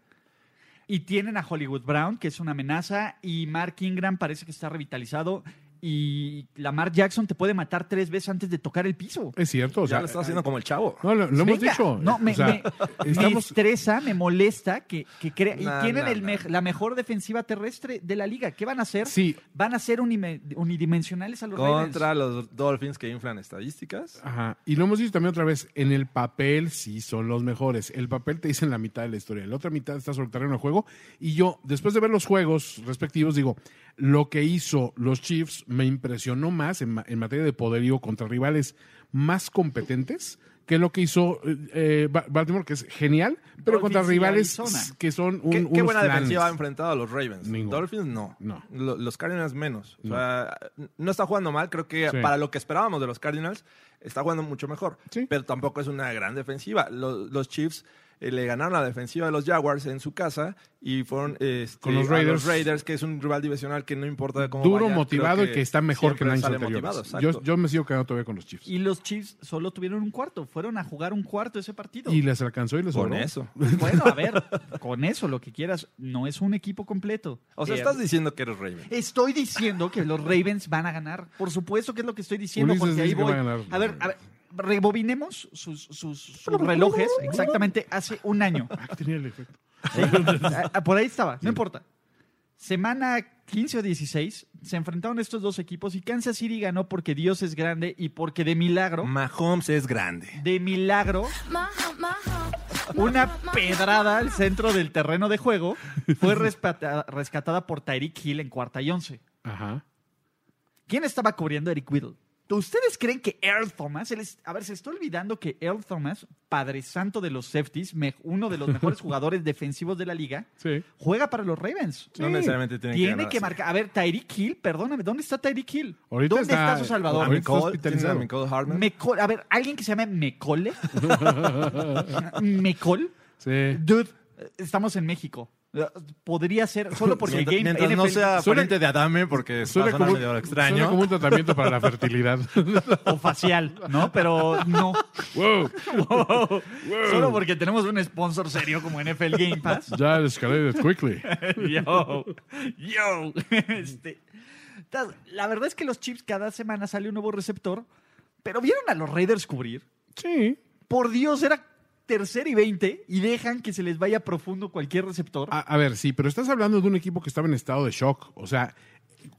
[SPEAKER 4] Y tienen a Hollywood Brown, que es una amenaza, y Mark Ingram parece que está revitalizado. Y Lamar Jackson te puede matar tres veces antes de tocar el piso.
[SPEAKER 5] Es cierto, o
[SPEAKER 8] Ya
[SPEAKER 5] sea, eh,
[SPEAKER 8] lo está haciendo como el chavo.
[SPEAKER 5] no, lo, lo hemos
[SPEAKER 4] Venga.
[SPEAKER 5] dicho.
[SPEAKER 4] No, me,
[SPEAKER 5] o sea,
[SPEAKER 4] me- me
[SPEAKER 5] estamos-
[SPEAKER 4] estresa, me molesta que, que crea.
[SPEAKER 8] Nah,
[SPEAKER 4] y tienen
[SPEAKER 8] nah,
[SPEAKER 4] el
[SPEAKER 8] nah.
[SPEAKER 4] mej- la mejor defensiva terrestre de la liga. ¿Qué van a hacer?
[SPEAKER 5] Sí,
[SPEAKER 4] Van a ser unime- unidimensionales a los
[SPEAKER 8] Contra
[SPEAKER 4] Ravens.
[SPEAKER 8] los Dolphins que inflan estadísticas.
[SPEAKER 5] Ajá. Y lo hemos dicho también otra vez, en el papel sí son los mejores. El papel te dice en la mitad de la historia, la otra mitad está sobre el terreno de juego. Y yo, después de ver los juegos respectivos, digo, lo que hizo los Chiefs me impresionó más en, ma- en materia de poderío contra rivales más competentes que lo que hizo eh, eh, Ba- Baltimore, que es genial, pero
[SPEAKER 4] Dolphins
[SPEAKER 5] contra
[SPEAKER 4] y
[SPEAKER 5] rivales
[SPEAKER 4] Arizona.
[SPEAKER 5] que son un,
[SPEAKER 8] ¿Qué, qué
[SPEAKER 5] unos
[SPEAKER 8] buena
[SPEAKER 5] flanes.
[SPEAKER 8] defensiva ha enfrentado a los Ravens?
[SPEAKER 5] Ninguna.
[SPEAKER 8] Dolphins no.
[SPEAKER 5] No.
[SPEAKER 8] Lo- los Cardinals menos. O sea, no está jugando mal. Creo que
[SPEAKER 5] Sí.
[SPEAKER 8] para lo que esperábamos de los Cardinals, está jugando mucho mejor.
[SPEAKER 5] Sí.
[SPEAKER 8] Pero tampoco es una gran defensiva. Lo- los Chiefs eh, le ganaron la defensiva de los Jaguars en su casa y fueron este,
[SPEAKER 5] Con los
[SPEAKER 8] a
[SPEAKER 5] Raiders.
[SPEAKER 8] Raiders, que es un rival divisional que no importa cómo
[SPEAKER 5] Duro,
[SPEAKER 8] vaya, creo
[SPEAKER 5] motivado y que está mejor que
[SPEAKER 8] siempre
[SPEAKER 5] en años
[SPEAKER 8] sale
[SPEAKER 5] anteriores.
[SPEAKER 8] motivado,
[SPEAKER 5] yo,
[SPEAKER 8] exacto.
[SPEAKER 5] yo me sigo quedando todavía con los Chiefs.
[SPEAKER 4] Y los Chiefs solo tuvieron un cuarto. Fueron a jugar un cuarto ese partido.
[SPEAKER 5] Y les alcanzó y les
[SPEAKER 8] Con
[SPEAKER 5] sobró.
[SPEAKER 8] eso.
[SPEAKER 4] Bueno, a ver, con eso lo que quieras. No es un equipo completo.
[SPEAKER 8] O sea,
[SPEAKER 4] Eh,
[SPEAKER 8] estás diciendo que eres Raven.
[SPEAKER 4] Estoy diciendo que los Ravens van a ganar. Por supuesto que es lo que estoy diciendo,
[SPEAKER 5] Ulises
[SPEAKER 4] porque ahí
[SPEAKER 5] dice que
[SPEAKER 4] voy.
[SPEAKER 5] van a ganar.
[SPEAKER 4] A ver, a ver, rebobinemos sus, sus- sus relojes exactamente hace un año.
[SPEAKER 5] Ah, que tenía el efecto.
[SPEAKER 4] ¿sí? Ah, ah, Por ahí estaba, no importa. Semana 15 o 16 se enfrentaron estos dos equipos y Kansas City ganó porque Dios es grande y porque de milagro,
[SPEAKER 8] Mm. Mahomes es grande.
[SPEAKER 4] de milagro, una pedrada al centro del terreno de juego fue respata- rescatada por Tyreek Hill en cuarta y once.
[SPEAKER 5] Ajá.
[SPEAKER 4] ¿Quién estaba cubriendo a Eric Whittle? ¿Ustedes creen que Earl Thomas? él es- a ver, se está olvidando que Earl Thomas, padre santo de los safeties, me- uno de los mejores jugadores defensivos de la liga,
[SPEAKER 5] Sí.
[SPEAKER 4] juega para los Ravens.
[SPEAKER 8] No necesariamente tiene,
[SPEAKER 4] Tiene
[SPEAKER 8] ganar
[SPEAKER 4] que
[SPEAKER 8] así.
[SPEAKER 4] marcar. A ver, Tyreek Hill, perdóname, ¿dónde está Tyreek Hill?
[SPEAKER 5] Ahorita
[SPEAKER 4] ¿Dónde
[SPEAKER 5] está-
[SPEAKER 4] está, su salvador?
[SPEAKER 8] A
[SPEAKER 5] Ahorita está
[SPEAKER 8] Nicole, ¿tienes a
[SPEAKER 5] hospitalizado.
[SPEAKER 8] Nicole Hardman.
[SPEAKER 4] Meco- a ver, alguien que se llame Mecole. Mecol.
[SPEAKER 5] Sí.
[SPEAKER 4] Dude, estamos en México. Podría ser solo porque el
[SPEAKER 8] mientras,
[SPEAKER 4] game
[SPEAKER 8] mientras no
[SPEAKER 4] NFL
[SPEAKER 8] sea
[SPEAKER 5] Suena-
[SPEAKER 8] pariente de Adame, porque está
[SPEAKER 5] Suena como,
[SPEAKER 8] sonando medio
[SPEAKER 5] suena
[SPEAKER 8] extraño.
[SPEAKER 5] como un tratamiento para la fertilidad.
[SPEAKER 4] o facial, ¿no? Pero no.
[SPEAKER 5] wow,
[SPEAKER 4] Solo porque tenemos un sponsor serio como NFL Game Pass.
[SPEAKER 5] ya escalated quickly.
[SPEAKER 4] yo, yo. Este, tas- la verdad es que los chips cada semana sale un nuevo receptor, pero vieron a los Raiders cubrir.
[SPEAKER 5] Sí.
[SPEAKER 4] Por Dios, era tercera y 20 y dejan que se les vaya profundo cualquier receptor.
[SPEAKER 5] A, a ver, sí, pero estás hablando de un equipo que estaba en estado de shock. O sea,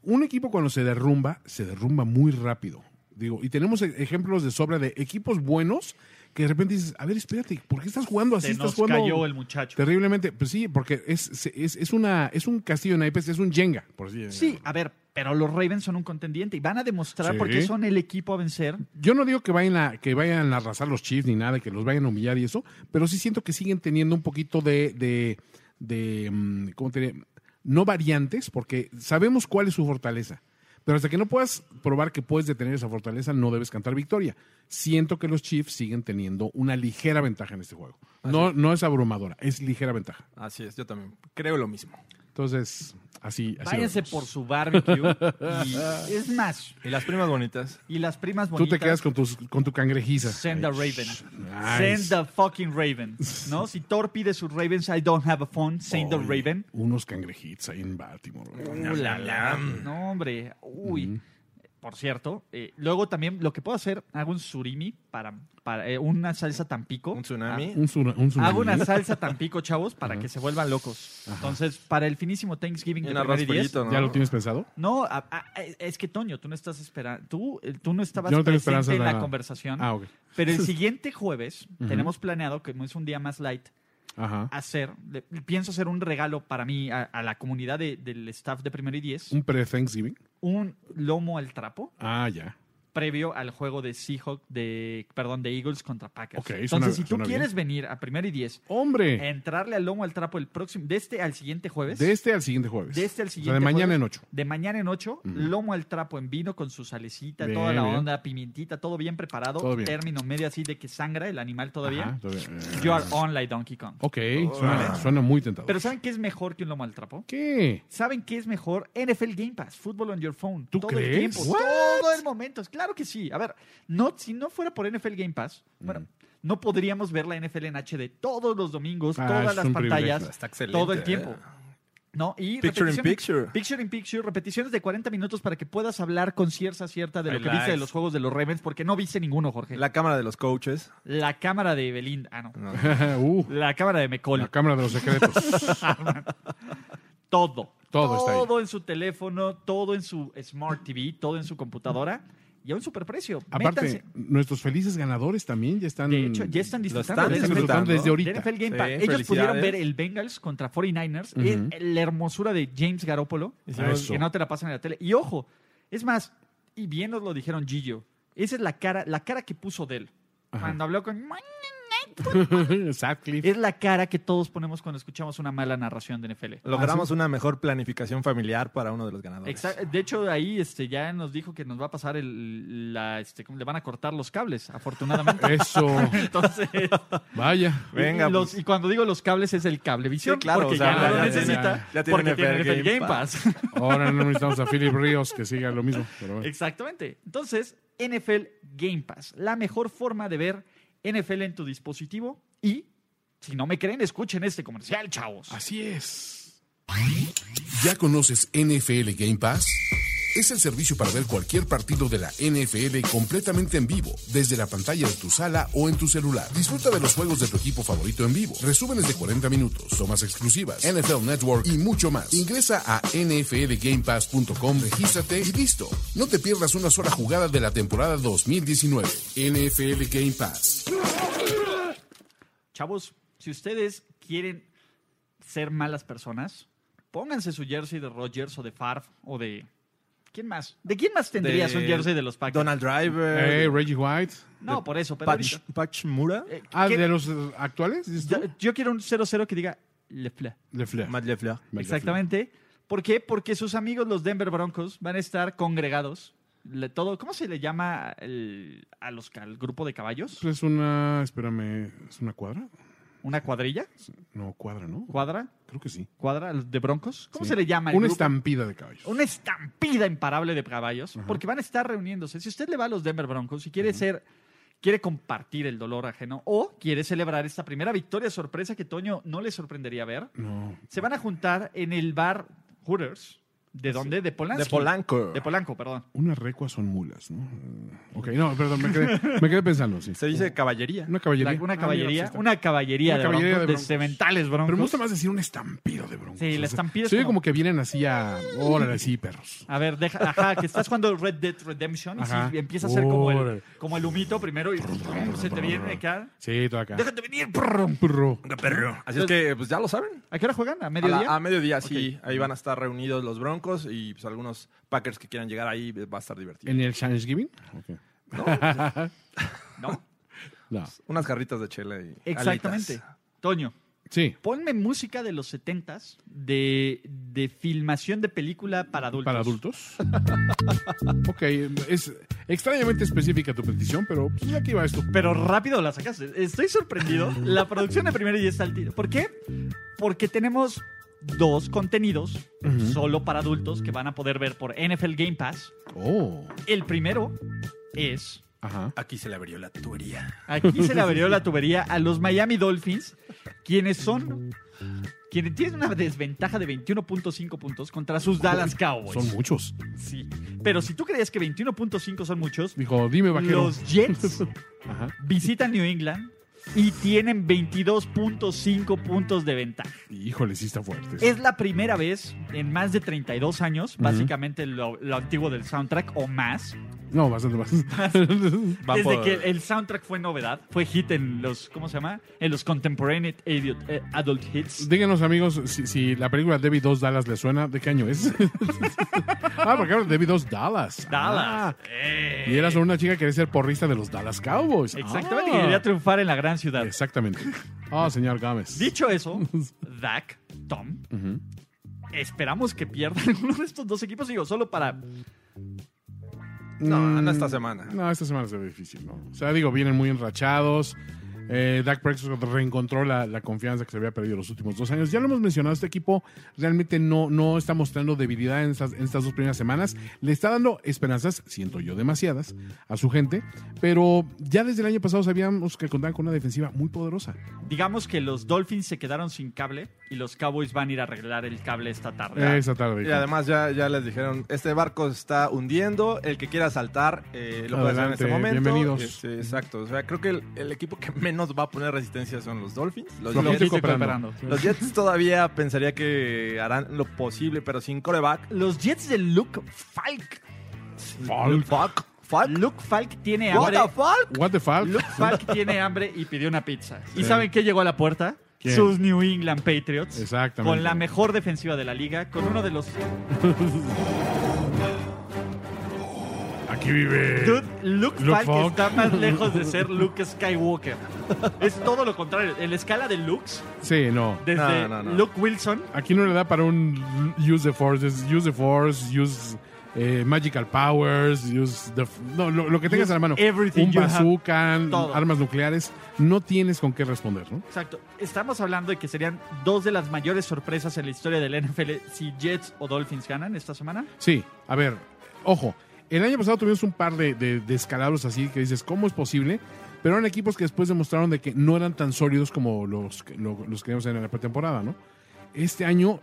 [SPEAKER 5] un equipo cuando se derrumba, se derrumba muy rápido. Digo, y tenemos e- ejemplos de sobra de equipos buenos que de repente dices, a ver, espérate, ¿por qué estás jugando así?
[SPEAKER 4] se
[SPEAKER 5] estás
[SPEAKER 4] nos
[SPEAKER 5] jugando
[SPEAKER 4] cayó el muchacho.
[SPEAKER 5] terriblemente. Pues sí, porque es, se- es, es una, es un castillo de naipes, es un Jenga, por así decirlo.
[SPEAKER 4] Sí, a ver, pero los Ravens son un contendiente y van a demostrar
[SPEAKER 5] Sí.
[SPEAKER 4] por qué son el equipo a vencer.
[SPEAKER 5] Yo no digo que vayan a, que vayan a arrasar los Chiefs ni nada, que los vayan a humillar y eso, pero sí siento que siguen teniendo un poquito de, de, de, mm, ¿cómo te diré? No variantes, porque sabemos cuál es su fortaleza. Pero hasta que no puedas probar que puedes detener esa fortaleza, no debes cantar victoria. Siento que los Chiefs siguen teniendo una ligera ventaja en este juego. No, no es abrumadora, es ligera ventaja.
[SPEAKER 8] Así es, yo también creo lo mismo.
[SPEAKER 5] Entonces, así. así
[SPEAKER 4] Váyanse
[SPEAKER 5] vamos.
[SPEAKER 4] por su barbecue. y- es más,
[SPEAKER 8] Y las primas bonitas.
[SPEAKER 4] y las primas
[SPEAKER 5] Tú
[SPEAKER 4] bonitas.
[SPEAKER 5] te quedas con, tus, con tu cangrejiza.
[SPEAKER 4] Send a Raven.
[SPEAKER 5] Nice.
[SPEAKER 4] Send a fucking Raven. ¿No? Si Thor pide sus Ravens, I don't have a phone, send the
[SPEAKER 5] Oye,
[SPEAKER 4] Raven.
[SPEAKER 5] Unos cangrejitos ahí en Baltimore.
[SPEAKER 4] No, hombre. Uy. Por cierto, eh, luego también lo que puedo hacer, hago un surimi para, para eh, una salsa tampico. Ah,
[SPEAKER 8] Ah, Un tsunami.
[SPEAKER 5] Un, tsuna- un tsunami.
[SPEAKER 4] Hago una salsa tampico, chavos, para que se vuelvan locos. Entonces, para el finísimo Thanksgiving de
[SPEAKER 8] Y un
[SPEAKER 4] Primero
[SPEAKER 8] arroz
[SPEAKER 4] y Diez-
[SPEAKER 8] pollito, ¿no?
[SPEAKER 5] ¿Ya lo tienes pensado?
[SPEAKER 4] No, a- a- es que Toño, tú no estás esperando, tú, eh, tú no estabas
[SPEAKER 5] Yo no tengo esperanza
[SPEAKER 4] presente en
[SPEAKER 5] de
[SPEAKER 4] la
[SPEAKER 5] nada.
[SPEAKER 4] conversación.
[SPEAKER 5] Ah, ok.
[SPEAKER 4] Pero el siguiente jueves tenemos planeado, que es un día más light,
[SPEAKER 5] Ajá.
[SPEAKER 4] hacer, le- pienso hacer un regalo para mí a, a la comunidad de- del staff de Primero y Diez,
[SPEAKER 5] Un pre-Thanksgiving.
[SPEAKER 4] un lomo al trapo
[SPEAKER 5] Ah, ya.
[SPEAKER 4] previo al juego de Seahawk, de, perdón, de Eagles contra Packers.
[SPEAKER 5] Ok, suena-
[SPEAKER 4] Entonces, si tú
[SPEAKER 5] suena bien.
[SPEAKER 4] quieres venir a Primero y Diez,
[SPEAKER 5] ¡Hombre!
[SPEAKER 4] entrarle al lomo al trapo el próximo, de este al siguiente jueves.
[SPEAKER 5] De este al siguiente jueves.
[SPEAKER 4] De este al
[SPEAKER 5] O sea,
[SPEAKER 4] siguiente.
[SPEAKER 5] de mañana
[SPEAKER 4] jueves.
[SPEAKER 5] en ocho.
[SPEAKER 4] De mañana en 8, lomo al trapo en vino con su salecita,
[SPEAKER 5] Bien,
[SPEAKER 4] toda la
[SPEAKER 5] bien.
[SPEAKER 4] onda, pimientita, todo bien preparado.
[SPEAKER 5] Todo bien.
[SPEAKER 4] Término medio así de que sangra el animal todavía.
[SPEAKER 5] Ajá, Oh. todavía, eh.
[SPEAKER 4] You are on like Donkey Kong.
[SPEAKER 5] Ok, suena, suena muy tentador.
[SPEAKER 4] Pero ¿saben qué es mejor que un lomo al trapo?
[SPEAKER 5] ¿Qué?
[SPEAKER 4] ¿Saben qué es mejor? NFL Game Pass, Football on Your Phone.
[SPEAKER 5] ¿Tú
[SPEAKER 4] todo
[SPEAKER 5] crees?
[SPEAKER 4] el tiempo,
[SPEAKER 5] What?
[SPEAKER 4] todo el momento. Claro que sí. A ver, no, si no fuera por NFL Game Pass,
[SPEAKER 5] Mm.
[SPEAKER 4] bueno, no podríamos ver la NFL en HD todos los domingos,
[SPEAKER 5] Ah, es
[SPEAKER 4] todas las
[SPEAKER 5] un
[SPEAKER 4] pantallas,
[SPEAKER 5] privilegio.
[SPEAKER 8] Está excelente,
[SPEAKER 4] todo el
[SPEAKER 8] eh.
[SPEAKER 4] tiempo. ¿No? Y
[SPEAKER 8] Picture in
[SPEAKER 4] repeticiones-
[SPEAKER 8] picture.
[SPEAKER 4] Picture in Picture, repeticiones de 40 minutos para que puedas hablar con cierta cierta de lo
[SPEAKER 8] I
[SPEAKER 4] que viste
[SPEAKER 8] like.
[SPEAKER 4] de los juegos de los Ravens, porque no viste ninguno, Jorge. La,
[SPEAKER 8] La cámara de los coaches.
[SPEAKER 4] cámara de Belinda, ah, no.
[SPEAKER 5] Uh,
[SPEAKER 4] La cámara de Mecol.
[SPEAKER 5] la Cámara de los Secretos.
[SPEAKER 4] Todo.
[SPEAKER 5] Todo está ahí.
[SPEAKER 4] en su teléfono, todo en su Smart TV, todo en su computadora y a un superprecio.
[SPEAKER 5] Aparte,
[SPEAKER 4] Métanse.
[SPEAKER 5] nuestros felices ganadores también ya están.
[SPEAKER 4] De hecho, ya están disfrutando.
[SPEAKER 8] están
[SPEAKER 4] de NFL.
[SPEAKER 8] disfrutando
[SPEAKER 5] desde ahorita.
[SPEAKER 4] de NFL Game Pass.
[SPEAKER 8] Sí,
[SPEAKER 4] Ellos pudieron
[SPEAKER 8] felicidades.
[SPEAKER 4] ver el Bengals contra 49ers, el- la hermosura de James Garoppolo,
[SPEAKER 8] Hicimos-
[SPEAKER 5] Eso.
[SPEAKER 4] que no te la pasan en la tele. Y ojo, es más, y bien nos lo dijeron Gillo, esa es la cara, la cara que puso Dell. Cuando habló con...
[SPEAKER 5] Sadcliffe.
[SPEAKER 4] Es la cara que todos ponemos cuando escuchamos una mala narración de NFL.
[SPEAKER 8] Logramos una mejor planificación familiar para uno de los ganadores.
[SPEAKER 4] Ah, Exacto. Ah, De hecho, ahí este, ya nos dijo que nos va a pasar el, la, este, ¿cómo? le van a cortar los cables, afortunadamente.
[SPEAKER 5] Eso.
[SPEAKER 4] Entonces,
[SPEAKER 5] Vaya.
[SPEAKER 8] Venga,
[SPEAKER 4] y, los-
[SPEAKER 8] pues.
[SPEAKER 4] y cuando digo los cables es el cablevisión,
[SPEAKER 8] Sí, claro,
[SPEAKER 4] porque
[SPEAKER 8] o sea,
[SPEAKER 4] ya,
[SPEAKER 5] ya-
[SPEAKER 4] lo
[SPEAKER 5] ya
[SPEAKER 4] necesita,
[SPEAKER 8] tiene- ya tiene
[SPEAKER 4] porque
[SPEAKER 8] NFL
[SPEAKER 4] tiene NFL Game,
[SPEAKER 8] Game
[SPEAKER 4] Pass.
[SPEAKER 5] Ahora no necesitamos a Philip Ríos que siga lo mismo. pero bueno.
[SPEAKER 4] Exactamente. Entonces, NFL Game Pass, la mejor forma de ver NFL en tu dispositivo y, si no me creen, escuchen este comercial, chavos.
[SPEAKER 5] Así es.
[SPEAKER 1] ¿Ya conoces NFL Game Pass? Es el servicio para ver cualquier partido de la NFL completamente en vivo, desde la pantalla de tu sala o en tu celular. Disfruta de los juegos de tu equipo favorito en vivo, resúmenes de 40 minutos, tomas exclusivas, NFL Network y mucho más. Ingresa a nflgamepass.com, regístrate y listo. No te pierdas una sola jugada de la temporada 2019. NFL Game Pass.
[SPEAKER 4] Chavos, si ustedes quieren ser malas personas, pónganse su jersey de Rodgers o de Favre o de... ¿Quién más? ¿De quién más tendrías
[SPEAKER 8] De
[SPEAKER 4] un jersey de los Packers?
[SPEAKER 8] Donald
[SPEAKER 5] Eh,
[SPEAKER 8] Driver.
[SPEAKER 5] Reggie White.
[SPEAKER 4] no, por eso, pero...
[SPEAKER 8] Patch,
[SPEAKER 4] ahorita-
[SPEAKER 8] Mura.
[SPEAKER 4] eh,
[SPEAKER 5] Ah,
[SPEAKER 4] ¿quién-
[SPEAKER 5] de los eh, actuales. dices tú?
[SPEAKER 4] yo, yo quiero un 0-0 que diga Le Fleur.
[SPEAKER 5] Le Flair.
[SPEAKER 8] Matt Lefleur.
[SPEAKER 4] Exactamente. ¿Por qué? Porque sus amigos los Denver Broncos van a estar congregados. Le- todo, ¿Cómo se le llama el- a los, ca- al grupo de caballos?
[SPEAKER 5] Es una. Espérame. ¿Es una cuadra?
[SPEAKER 4] ¿Una cuadrilla?
[SPEAKER 5] No, cuadra, ¿no?
[SPEAKER 4] ¿Cuadra?
[SPEAKER 5] Creo que sí.
[SPEAKER 4] ¿Cuadra de Broncos? ¿Cómo
[SPEAKER 5] Sí.
[SPEAKER 4] se le llama? el
[SPEAKER 5] Una
[SPEAKER 4] grupo?
[SPEAKER 5] estampida de caballos.
[SPEAKER 4] una estampida imparable de caballos, porque van a estar reuniéndose. Si usted le va a los Denver Broncos y quiere ser, quiere compartir el dolor ajeno o quiere celebrar esta primera victoria sorpresa que Toño no le sorprendería ver,
[SPEAKER 5] No.
[SPEAKER 4] se van a juntar en el bar Hooters. ¿De dónde? De Polanco.
[SPEAKER 8] De Polanco.
[SPEAKER 4] De Polanco, perdón.
[SPEAKER 5] Unas recuas son mulas, ¿no? Eh, Ok, no, perdón, me quedé, me quedé pensando, sí.
[SPEAKER 8] Se
[SPEAKER 4] Uh.
[SPEAKER 8] dice caballería.
[SPEAKER 5] Una caballería.
[SPEAKER 4] La- una
[SPEAKER 5] Ah,
[SPEAKER 4] caballería,
[SPEAKER 5] mira, pues,
[SPEAKER 4] una caballería,
[SPEAKER 5] Una
[SPEAKER 4] de,
[SPEAKER 5] caballería
[SPEAKER 4] broncos,
[SPEAKER 5] de
[SPEAKER 4] de
[SPEAKER 5] broncos.
[SPEAKER 4] cementales broncos.
[SPEAKER 5] Pero me gusta más decir un estampido de broncos.
[SPEAKER 4] Sí, la
[SPEAKER 5] O sea,
[SPEAKER 4] estampida es
[SPEAKER 5] Se oye
[SPEAKER 4] como-
[SPEAKER 5] como que vienen así a. Órale, sí, perros.
[SPEAKER 4] A ver, deja, ajá, que estás jugando Red Dead Redemption y sí,
[SPEAKER 5] Ajá.
[SPEAKER 4] empieza a ser como el,
[SPEAKER 5] Órale.
[SPEAKER 4] como el humito primero y se te viene acá.
[SPEAKER 5] Sí, todo acá.
[SPEAKER 4] Déjate venir, prrr.
[SPEAKER 5] Perro.
[SPEAKER 8] Así es que, pues ya lo saben.
[SPEAKER 4] ¿A qué hora juegan? ¿A
[SPEAKER 8] A, la-
[SPEAKER 4] mediodía?
[SPEAKER 8] a mediodía, sí. Ahí van a estar reunidos los Broncos y pues, algunos Packers que quieran llegar ahí. eh, Va a estar divertido.
[SPEAKER 5] ¿En el Thanksgiving? Ok.
[SPEAKER 4] ¿No?
[SPEAKER 5] No.
[SPEAKER 8] Unas jarritas de chela y.
[SPEAKER 4] Exactamente.
[SPEAKER 8] alitas.
[SPEAKER 4] Toño,
[SPEAKER 5] Sí,
[SPEAKER 4] Ponme música de los 70s de, de filmación de película para adultos.
[SPEAKER 5] para adultos. ok, es extrañamente específica tu petición, pero pues, aquí va esto.
[SPEAKER 4] Pero rápido la sacaste. Estoy sorprendido. La producción de primero y diez al tiro. ¿Por qué? Porque tenemos dos contenidos solo para adultos que van a poder ver por NFL Game Pass.
[SPEAKER 5] Oh,
[SPEAKER 4] El primero es.
[SPEAKER 5] ajá.
[SPEAKER 8] Aquí se le abrió la tubería.
[SPEAKER 4] Aquí se le abrió la tubería a los Miami Dolphins, quienes son. Quienes tienen una desventaja de 21.5 puntos contra sus Dallas Cowboys.
[SPEAKER 5] Son muchos.
[SPEAKER 4] Sí. Pero si tú creías que 21.5 son muchos,
[SPEAKER 5] Dijo, dime, vaquero.
[SPEAKER 4] los Jets
[SPEAKER 5] Ajá.
[SPEAKER 4] visitan New England y tienen 22.5 puntos de ventaja.
[SPEAKER 5] Híjole, sí está fuerte.
[SPEAKER 1] Eh,
[SPEAKER 4] Es la primera vez en más de 32 años, básicamente lo, lo antiguo del soundtrack o más,
[SPEAKER 5] No, bastante más.
[SPEAKER 8] Va
[SPEAKER 4] desde
[SPEAKER 8] por-
[SPEAKER 4] que el soundtrack fue novedad, fue hit en los, ¿cómo se llama? En los Contemporary Idiot- eh, Adult Hits.
[SPEAKER 5] Díganos, amigos, si, si la película Debbie 2 Dallas le suena, ¿de qué año es? ah, porque ahora Debbie 2 Dallas.
[SPEAKER 4] Dallas.
[SPEAKER 5] Ah,
[SPEAKER 4] Eh.
[SPEAKER 5] y era sobre una chica que quería ser porrista de los Dallas Cowboys.
[SPEAKER 4] Exactamente,
[SPEAKER 5] Ah.
[SPEAKER 4] que quería triunfar en la gran ciudad.
[SPEAKER 5] Exactamente. Ah, señor Gámez.
[SPEAKER 4] Dicho eso, Dak, Tom,
[SPEAKER 5] Ujú.
[SPEAKER 4] esperamos que pierdan alguno de estos dos equipos, digo, solo para
[SPEAKER 8] No,
[SPEAKER 5] Mm,
[SPEAKER 8] no esta semana.
[SPEAKER 5] No, esta semana se ve difícil, ¿no? O sea, digo, vienen muy enrachados. Eh, Dak Prescott reencontró la, la confianza que se había perdido los últimos dos años. Ya lo hemos mencionado, este equipo realmente no, no está mostrando debilidad en estas, en estas dos primeras semanas. Le está dando esperanzas, siento yo demasiadas, a su gente. Pero ya desde el año pasado sabíamos que contaban con una defensiva muy poderosa.
[SPEAKER 4] Digamos que los Dolphins se quedaron sin cable y los Cowboys van a ir a arreglar el cable esta tarde.
[SPEAKER 5] Esa tarde.
[SPEAKER 8] Y además ya, ya les dijeron, este barco se está hundiendo, el que quiera saltar eh, lo puede hacer en
[SPEAKER 5] Adelante,
[SPEAKER 8] este momento.
[SPEAKER 5] bienvenidos.
[SPEAKER 8] Este, exacto, o sea, creo que el, el equipo que menos va a poner resistencia son los Dolphins. Los,
[SPEAKER 5] Flojito
[SPEAKER 8] Jets,
[SPEAKER 4] Flojito y
[SPEAKER 5] cooperando.
[SPEAKER 4] cooperando.
[SPEAKER 8] los Jets todavía pensaría que harán lo posible, pero sin coreback.
[SPEAKER 4] Los Jets de Luke Falk.
[SPEAKER 5] Falk.
[SPEAKER 8] Fuck. Fuck.
[SPEAKER 4] Luke Falk tiene
[SPEAKER 8] What
[SPEAKER 4] hambre.
[SPEAKER 8] the fuck?
[SPEAKER 5] What the fuck?
[SPEAKER 4] Luke Falk tiene hambre y pidió una pizza. ¿Y saben qué llegó a la puerta?
[SPEAKER 5] ¿Quién?
[SPEAKER 4] Sus New England Patriots.
[SPEAKER 5] Exactamente.
[SPEAKER 4] Con la mejor defensiva de la liga, con uno de los...
[SPEAKER 5] Aquí vive.
[SPEAKER 4] Dude, Luke,
[SPEAKER 5] Luke
[SPEAKER 4] Falk,
[SPEAKER 5] Falk.
[SPEAKER 4] está más lejos de ser Luke Skywalker. es todo lo contrario. En la escala de Luke's,
[SPEAKER 5] Sí, no.
[SPEAKER 4] desde
[SPEAKER 8] No, no, no.
[SPEAKER 4] Luke Wilson,
[SPEAKER 5] Aquí no le da para un use the force, es use the force, use eh, magical powers, use the f- no, lo, lo que tengas
[SPEAKER 4] Use
[SPEAKER 5] a la mano.
[SPEAKER 4] everything
[SPEAKER 5] un
[SPEAKER 4] you have.
[SPEAKER 5] bazooka,
[SPEAKER 4] Todo.
[SPEAKER 5] armas nucleares, no tienes con qué responder, ¿no?
[SPEAKER 4] Exacto. Estamos hablando de que serían dos de las mayores sorpresas en la historia del NFL si Jets o Dolphins ganan esta semana.
[SPEAKER 5] Sí, a ver, ojo, el año pasado tuvimos un par de, de, de escalados así que dices, ¿cómo es posible? Pero eran equipos que después demostraron de que no eran tan sólidos como los, que- lo- los que vimos en la pretemporada, ¿no? Este año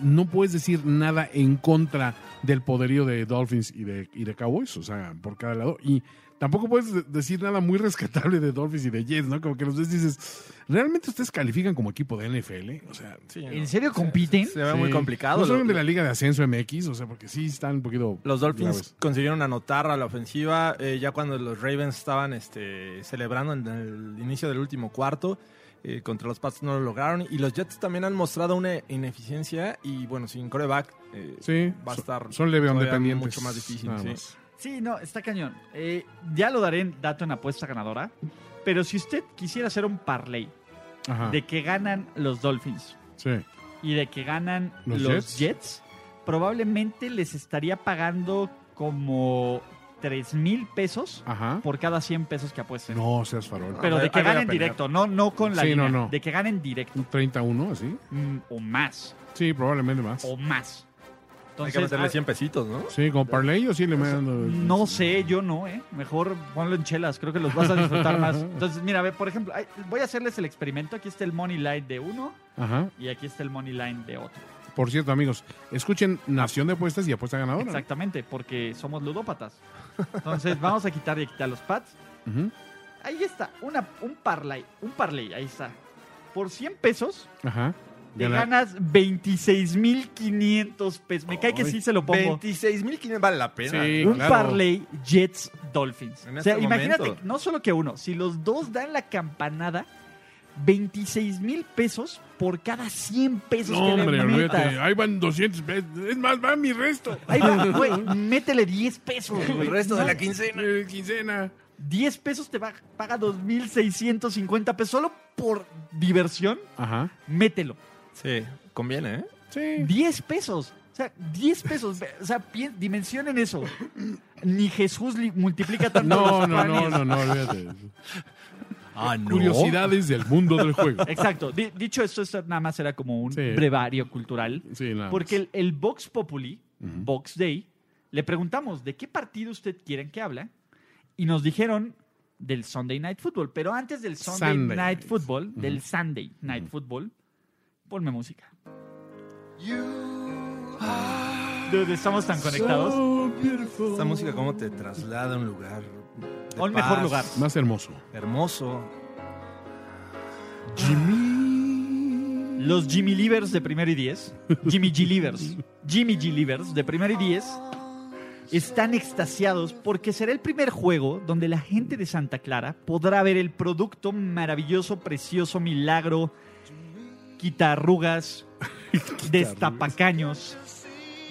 [SPEAKER 5] no puedes decir nada en contra del poderío de Dolphins y de, y de Cowboys, o sea, por cada lado. Y tampoco puedes de- decir nada muy rescatable de Dolphins y de Jets, ¿no? Como que los ves y dices, ¿realmente ustedes califican como equipo de NFL? O sea,
[SPEAKER 8] Sí, no.
[SPEAKER 4] ¿En serio compiten?
[SPEAKER 8] Se ve
[SPEAKER 5] Sí.
[SPEAKER 8] muy complicado.
[SPEAKER 5] No son
[SPEAKER 8] Lo-
[SPEAKER 5] de la Liga de Ascenso MX, o sea, porque sí están un poquito.
[SPEAKER 8] Los Dolphins
[SPEAKER 5] graves.
[SPEAKER 8] consiguieron anotar a la ofensiva eh, ya cuando los Ravens estaban este, celebrando en el inicio del último cuarto. eh, contra los Pats no lo lograron. Y los Jets también han mostrado una ineficiencia. Y bueno, sin coreback eh,
[SPEAKER 5] Sí.
[SPEAKER 8] va a estar
[SPEAKER 5] son- Son Leveon
[SPEAKER 8] todavía
[SPEAKER 5] dependientes.
[SPEAKER 8] mucho más difícil.
[SPEAKER 5] nada
[SPEAKER 8] sí.
[SPEAKER 5] más.
[SPEAKER 4] Sí, no, está cañón. Eh, ya lo daré en dato en apuesta ganadora. Pero si usted quisiera hacer un parlay
[SPEAKER 5] Ajá.
[SPEAKER 4] de que ganan los Dolphins
[SPEAKER 5] Sí.
[SPEAKER 4] y de que ganan
[SPEAKER 5] ¿Los
[SPEAKER 4] los,
[SPEAKER 5] Jets?
[SPEAKER 4] Jets? probablemente les estaría pagando como 3 mil pesos
[SPEAKER 5] Ajá.
[SPEAKER 4] por cada 100 pesos que apuesten.
[SPEAKER 5] No seas farol.
[SPEAKER 4] Pero
[SPEAKER 8] Ahí-
[SPEAKER 4] de que
[SPEAKER 8] ahí voy a
[SPEAKER 4] ganen
[SPEAKER 8] pelear.
[SPEAKER 4] directo, no, no con la
[SPEAKER 5] Sí, no,
[SPEAKER 4] línea,
[SPEAKER 5] no.
[SPEAKER 4] de que ganen directo
[SPEAKER 8] Ah.
[SPEAKER 5] Un 31, así.
[SPEAKER 4] mm, o más.
[SPEAKER 5] Sí, probablemente más.
[SPEAKER 8] Oh.
[SPEAKER 4] o más.
[SPEAKER 8] Hay que
[SPEAKER 4] Entonces,
[SPEAKER 8] meterle
[SPEAKER 4] ah,
[SPEAKER 8] 100 pesitos, ¿no?
[SPEAKER 5] Sí, con Parley yo sí le mando.
[SPEAKER 4] no sé, yo no, ¿eh? Mejor ponlo en chelas, creo que los vas a disfrutar más. Entonces, mira, ve, por ejemplo, ay, voy a hacerles el experimento. Aquí está el money line de uno
[SPEAKER 5] Ajá.
[SPEAKER 4] y aquí está el money line de otro.
[SPEAKER 5] Por cierto, amigos, escuchen Nación de Apuestas y Apuesta Ganadora.
[SPEAKER 4] Exactamente, porque somos ludópatas. Entonces, vamos a quitar y a quitar los pads.
[SPEAKER 5] Ujú.
[SPEAKER 4] Ahí está, una, un parlay, un parlay, ahí está. Por 100 pesos
[SPEAKER 5] Ajá.
[SPEAKER 4] te
[SPEAKER 5] Gana-
[SPEAKER 4] ganas 26.500 pesos. Me cae que sí se lo pongo.
[SPEAKER 8] 26.500 vale la pena.
[SPEAKER 5] Sí,
[SPEAKER 4] un
[SPEAKER 5] claro.
[SPEAKER 4] parlay Jets Dolphins.
[SPEAKER 8] En
[SPEAKER 4] o sea,
[SPEAKER 8] este
[SPEAKER 4] imagínate,
[SPEAKER 8] momento.
[SPEAKER 4] no solo que uno, si los dos dan la campanada, 26 mil pesos por cada 100 pesos
[SPEAKER 5] No,
[SPEAKER 4] que le
[SPEAKER 5] hombre,
[SPEAKER 4] metas.
[SPEAKER 5] olvídate. Ahí van 200 pesos. Es más, va mi resto.
[SPEAKER 4] Ahí va, güey, métele 10 pesos. güey.
[SPEAKER 8] El resto de la quincena.
[SPEAKER 5] Eh, Quincena.
[SPEAKER 4] 10 pesos te va, paga 2.650 pesos solo por diversión,
[SPEAKER 5] Ajá.
[SPEAKER 4] mételo.
[SPEAKER 8] Sí, conviene, ¿eh?
[SPEAKER 5] Sí.
[SPEAKER 4] 10 pesos. O sea, 10 pesos. Ve- O sea, pi- dimensionen eso. Ni Jesús li- multiplica tanto
[SPEAKER 5] No,
[SPEAKER 4] los
[SPEAKER 5] no,
[SPEAKER 4] panes.
[SPEAKER 5] no, no, no, olvídate.
[SPEAKER 8] Ah, no.
[SPEAKER 5] Curiosidades del mundo del juego.
[SPEAKER 4] Exacto. Di- dicho esto, esto nada más era como un
[SPEAKER 5] Sí.
[SPEAKER 4] brevario cultural.
[SPEAKER 5] Sí, nada más.
[SPEAKER 4] Porque el, el Vox Populi, Vox Day, le preguntamos de qué partido usted quieren que habla y nos dijeron del Sunday Night Football. Pero antes del Sunday
[SPEAKER 5] Sunday
[SPEAKER 4] Night
[SPEAKER 5] Night.
[SPEAKER 4] Football, del Sunday Night Football, ponme música. Dude, estamos tan conectados.
[SPEAKER 8] Esta música cómo te traslada a un lugar. de
[SPEAKER 4] A un mejor
[SPEAKER 8] paz,
[SPEAKER 4] lugar.
[SPEAKER 5] Más hermoso.
[SPEAKER 8] Hermoso.
[SPEAKER 4] Los Jimmy Livers de primero y diez. Jimmy G. Livers. Jimmy G. Livers de primero y diez. Están extasiados porque será el primer juego donde la gente de Santa Clara podrá ver el producto maravilloso, precioso, milagro, quitarrugas, destapacaños,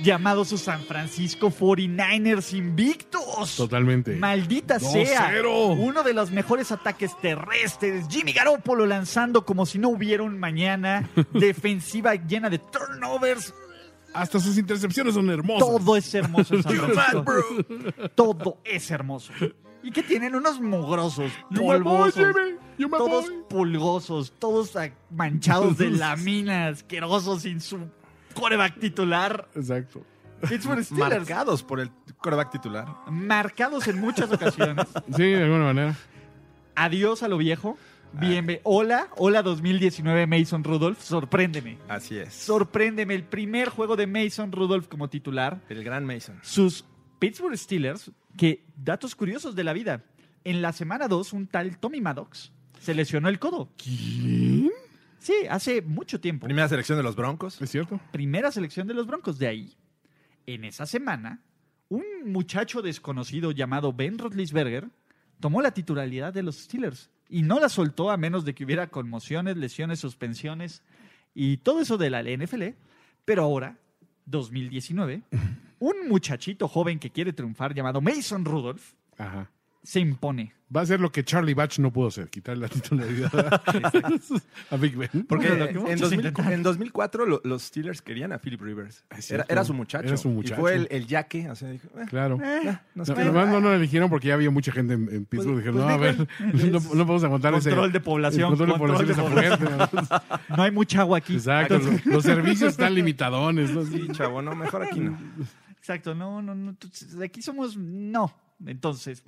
[SPEAKER 4] llamado su San Francisco 49ers invictos.
[SPEAKER 5] Totalmente.
[SPEAKER 4] Maldita
[SPEAKER 5] ¡Dos
[SPEAKER 4] sea.
[SPEAKER 5] cero!
[SPEAKER 4] Uno de los mejores ataques terrestres. Jimmy Garoppolo lanzando como si no hubiera un mañana. Defensiva llena de turnovers.
[SPEAKER 5] Hasta sus intercepciones son hermosas.
[SPEAKER 4] Todo es hermoso. en San Francisco. Todo es hermoso. ¿Y qué tienen? Unos mugrosos,
[SPEAKER 5] You my boy,
[SPEAKER 4] polvosos,
[SPEAKER 5] Jimmy. You my
[SPEAKER 4] todos
[SPEAKER 5] boy.
[SPEAKER 4] pulgosos, todos ah, manchados de lamina, asquerosos sin su coreback titular.
[SPEAKER 5] Exacto.
[SPEAKER 4] Pittsburgh Steelers,
[SPEAKER 8] Marcados por el coreback titular.
[SPEAKER 4] marcados en muchas ocasiones.
[SPEAKER 5] Sí, de alguna manera.
[SPEAKER 4] Adiós a lo viejo. Bienve- Hola, hola 2019 Mason Rudolph. Sorpréndeme.
[SPEAKER 8] Así es.
[SPEAKER 4] Sorpréndeme. El primer juego de Mason Rudolph como titular.
[SPEAKER 8] El gran Mason.
[SPEAKER 4] Sus Pittsburgh Steelers, que datos curiosos de la vida. En la semana 2, un tal Tommy Maddox se lesionó el codo. Sí, hace mucho tiempo.
[SPEAKER 8] Primera selección de los Broncos.
[SPEAKER 5] ¿Es cierto?
[SPEAKER 4] Primera selección de los Broncos. De ahí, en esa semana, un muchacho desconocido llamado Ben Roethlisberger tomó la titularidad de los Steelers y no la soltó a menos de que hubiera conmociones, lesiones, suspensiones y todo eso de la NFL. Pero ahora, 2019, un muchachito joven que quiere triunfar llamado Mason Rudolph
[SPEAKER 5] Ajá.
[SPEAKER 4] se impone.
[SPEAKER 5] Va a ser lo que Charlie Batch no pudo hacer, quitar la titularidad a Big Ben.
[SPEAKER 8] Porque
[SPEAKER 4] Bueno, lo que
[SPEAKER 8] en,
[SPEAKER 4] muchos
[SPEAKER 8] 2000
[SPEAKER 4] intentaron.
[SPEAKER 8] en 2004 lo- los Steelers querían a Philip Rivers.
[SPEAKER 5] Ah, es
[SPEAKER 8] Era,
[SPEAKER 5] cierto.
[SPEAKER 8] era su muchacho.
[SPEAKER 5] Era su
[SPEAKER 8] Y
[SPEAKER 5] muchacho.
[SPEAKER 8] fue el, el yaque. O sea, dijo, eh,
[SPEAKER 5] Claro.
[SPEAKER 8] eh, nos
[SPEAKER 5] No,
[SPEAKER 8] cae.
[SPEAKER 5] además no lo eligieron porque ya había mucha gente en, en Pittsburgh.
[SPEAKER 4] Pues-
[SPEAKER 5] Dijeron,
[SPEAKER 4] pues
[SPEAKER 5] no, a ver,
[SPEAKER 4] digo,
[SPEAKER 5] no, no podemos aguantar ese.
[SPEAKER 4] Control de población,
[SPEAKER 5] el Control,
[SPEAKER 4] control
[SPEAKER 5] de población.
[SPEAKER 4] de
[SPEAKER 5] esa fuerte.
[SPEAKER 4] No hay mucha agua aquí.
[SPEAKER 5] Exacto. los, los servicios están limitadones. ¿no?
[SPEAKER 8] Sí, chavo, no, mejor aquí no.
[SPEAKER 4] Exacto, no, no, no. tú- Aquí somos no. Entonces,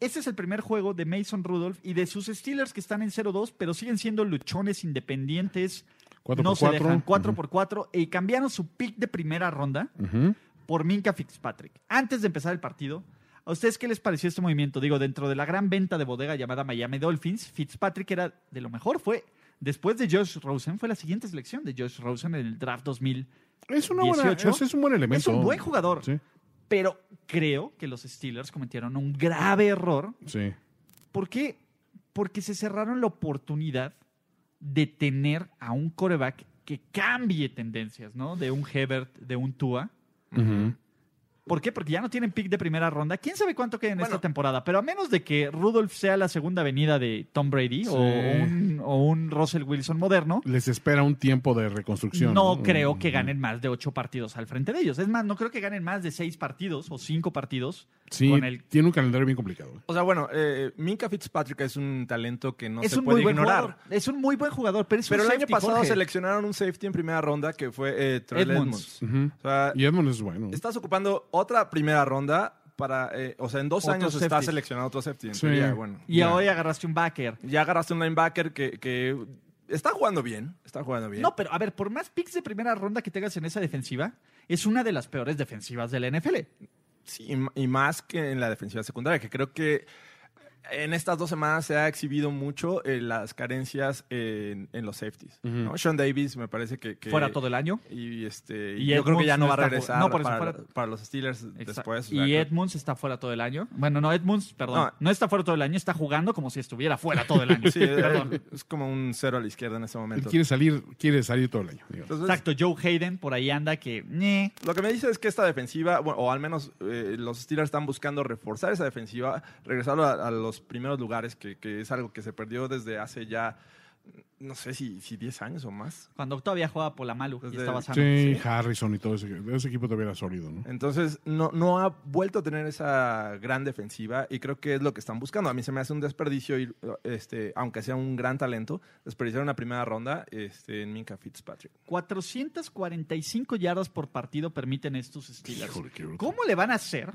[SPEAKER 4] este es el primer juego de Mason Rudolph y de sus Steelers que están en 0-2, pero siguen siendo luchones independientes.
[SPEAKER 5] Cuatro
[SPEAKER 4] no
[SPEAKER 5] por
[SPEAKER 4] se
[SPEAKER 5] cuatro.
[SPEAKER 4] dejan 4
[SPEAKER 5] Ujú.
[SPEAKER 4] por 4 y cambiaron su pick de primera ronda
[SPEAKER 5] Ujú.
[SPEAKER 4] por Minka Fitzpatrick. Antes de empezar el partido, ¿a ustedes qué les pareció este movimiento? Digo, dentro de la gran venta de bodega llamada Miami Dolphins, Fitzpatrick era de lo mejor, fue después de Josh Rosen, fue la siguiente selección de Josh Rosen en el draft 2000.
[SPEAKER 5] Es, una buena,
[SPEAKER 4] 18.
[SPEAKER 5] es, es un buen elemento.
[SPEAKER 4] Es un buen jugador.
[SPEAKER 5] Sí,
[SPEAKER 4] Pero creo que los Steelers cometieron un grave error.
[SPEAKER 5] sí.
[SPEAKER 4] ¿Por qué? Porque se cerraron la oportunidad de tener a un coreback que cambie tendencias, ¿no? De un Hebert, de un Tua.
[SPEAKER 5] Ujú.
[SPEAKER 4] ¿Por qué? Porque ya no tienen pick de primera ronda. ¿Quién sabe cuánto queda en
[SPEAKER 8] Bueno.
[SPEAKER 4] esta temporada? Pero a menos de que Rudolph sea la segunda venida de Tom Brady
[SPEAKER 5] Sí.
[SPEAKER 4] o, un, o un Russell Wilson moderno,
[SPEAKER 5] Les espera un tiempo de reconstrucción.
[SPEAKER 4] no creo que
[SPEAKER 5] Ujú.
[SPEAKER 4] ganen más de ocho partidos al frente de ellos. Es más, no creo que ganen más de seis partidos o cinco partidos
[SPEAKER 5] Sí,
[SPEAKER 4] con el
[SPEAKER 5] tiene un calendario bien complicado.
[SPEAKER 8] O sea, bueno, eh, Minka Fitzpatrick es un talento que no
[SPEAKER 4] es
[SPEAKER 8] se
[SPEAKER 4] un
[SPEAKER 8] puede
[SPEAKER 4] muy buen
[SPEAKER 8] ignorar.
[SPEAKER 4] jugador. Es un muy buen jugador, pero es
[SPEAKER 8] Pero
[SPEAKER 4] un
[SPEAKER 8] el año
[SPEAKER 4] safety,
[SPEAKER 8] pasado
[SPEAKER 4] Jorge.
[SPEAKER 8] seleccionaron un safety en primera ronda que fue eh, Terrell
[SPEAKER 4] Edmonds.
[SPEAKER 8] Edmonds.
[SPEAKER 5] Ujú.
[SPEAKER 8] O sea,
[SPEAKER 5] Y Edmond es bueno.
[SPEAKER 4] Este
[SPEAKER 8] estás ocupando otra primera ronda para, eh, o sea, en dos
[SPEAKER 4] Otro
[SPEAKER 8] años estás
[SPEAKER 4] safety.
[SPEAKER 8] seleccionando otro safety. en
[SPEAKER 5] Sí.
[SPEAKER 8] teoría, bueno,
[SPEAKER 4] Y
[SPEAKER 8] ya.
[SPEAKER 4] hoy agarraste un backer.
[SPEAKER 8] ya agarraste un linebacker que, que está jugando bien, está jugando bien.
[SPEAKER 4] No, pero a ver, por más picks de primera ronda que tengas en esa defensiva, es una de las peores defensivas de la NFL.
[SPEAKER 8] Sí, y m- y más que en la defensiva secundaria, que creo que en estas dos semanas se ha exhibido mucho eh, las carencias en, en los safeties. ¿no? Sean Davis me parece que... que-
[SPEAKER 4] Fuera todo el año.
[SPEAKER 8] Y, este,
[SPEAKER 4] Y
[SPEAKER 8] y yo creo que
[SPEAKER 4] Edmonds
[SPEAKER 8] ya no
[SPEAKER 4] no
[SPEAKER 8] va a
[SPEAKER 4] está jug-
[SPEAKER 8] regresar
[SPEAKER 4] no, por eso
[SPEAKER 8] para,
[SPEAKER 4] fuera-
[SPEAKER 8] para los Steelers después. o sea,
[SPEAKER 4] y
[SPEAKER 8] creo-
[SPEAKER 4] Edmunds está fuera todo el año. Bueno, no, Edmunds, perdón.
[SPEAKER 8] No.
[SPEAKER 4] No. está fuera todo el año, está jugando como si estuviera fuera todo el año.
[SPEAKER 8] Sí,
[SPEAKER 4] perdón.
[SPEAKER 8] eh, es como un cero a la izquierda en este
[SPEAKER 5] Él
[SPEAKER 8] momento.
[SPEAKER 5] quiere salir, quiere salir todo el año. digamos.
[SPEAKER 8] Entonces,
[SPEAKER 4] Exacto, Joe Hayden por ahí anda que... ñe.
[SPEAKER 8] Lo que me dice es que esta defensiva, bueno, o al menos eh, los Steelers están buscando reforzar esa defensiva, regresarlo a, a los los primeros lugares, que, que es algo que se perdió desde hace ya, no sé si, si 10 años o más.
[SPEAKER 4] Cuando todavía jugaba Polamalu y
[SPEAKER 8] Desde-
[SPEAKER 4] estaba sano.
[SPEAKER 5] Sí, Harrison y todo ese, ese equipo todavía era sólido, ¿no?
[SPEAKER 8] Entonces, no, no ha vuelto a tener esa gran defensiva y creo que es lo que están buscando. A mí se me hace un desperdicio, ir, este, aunque sea un gran talento, desperdiciar una primera ronda este, en Minka Fitzpatrick.
[SPEAKER 4] 445 yardas por partido permiten estos Steelers.
[SPEAKER 5] Híjole, qué bruto.
[SPEAKER 4] ¿Cómo le van a hacer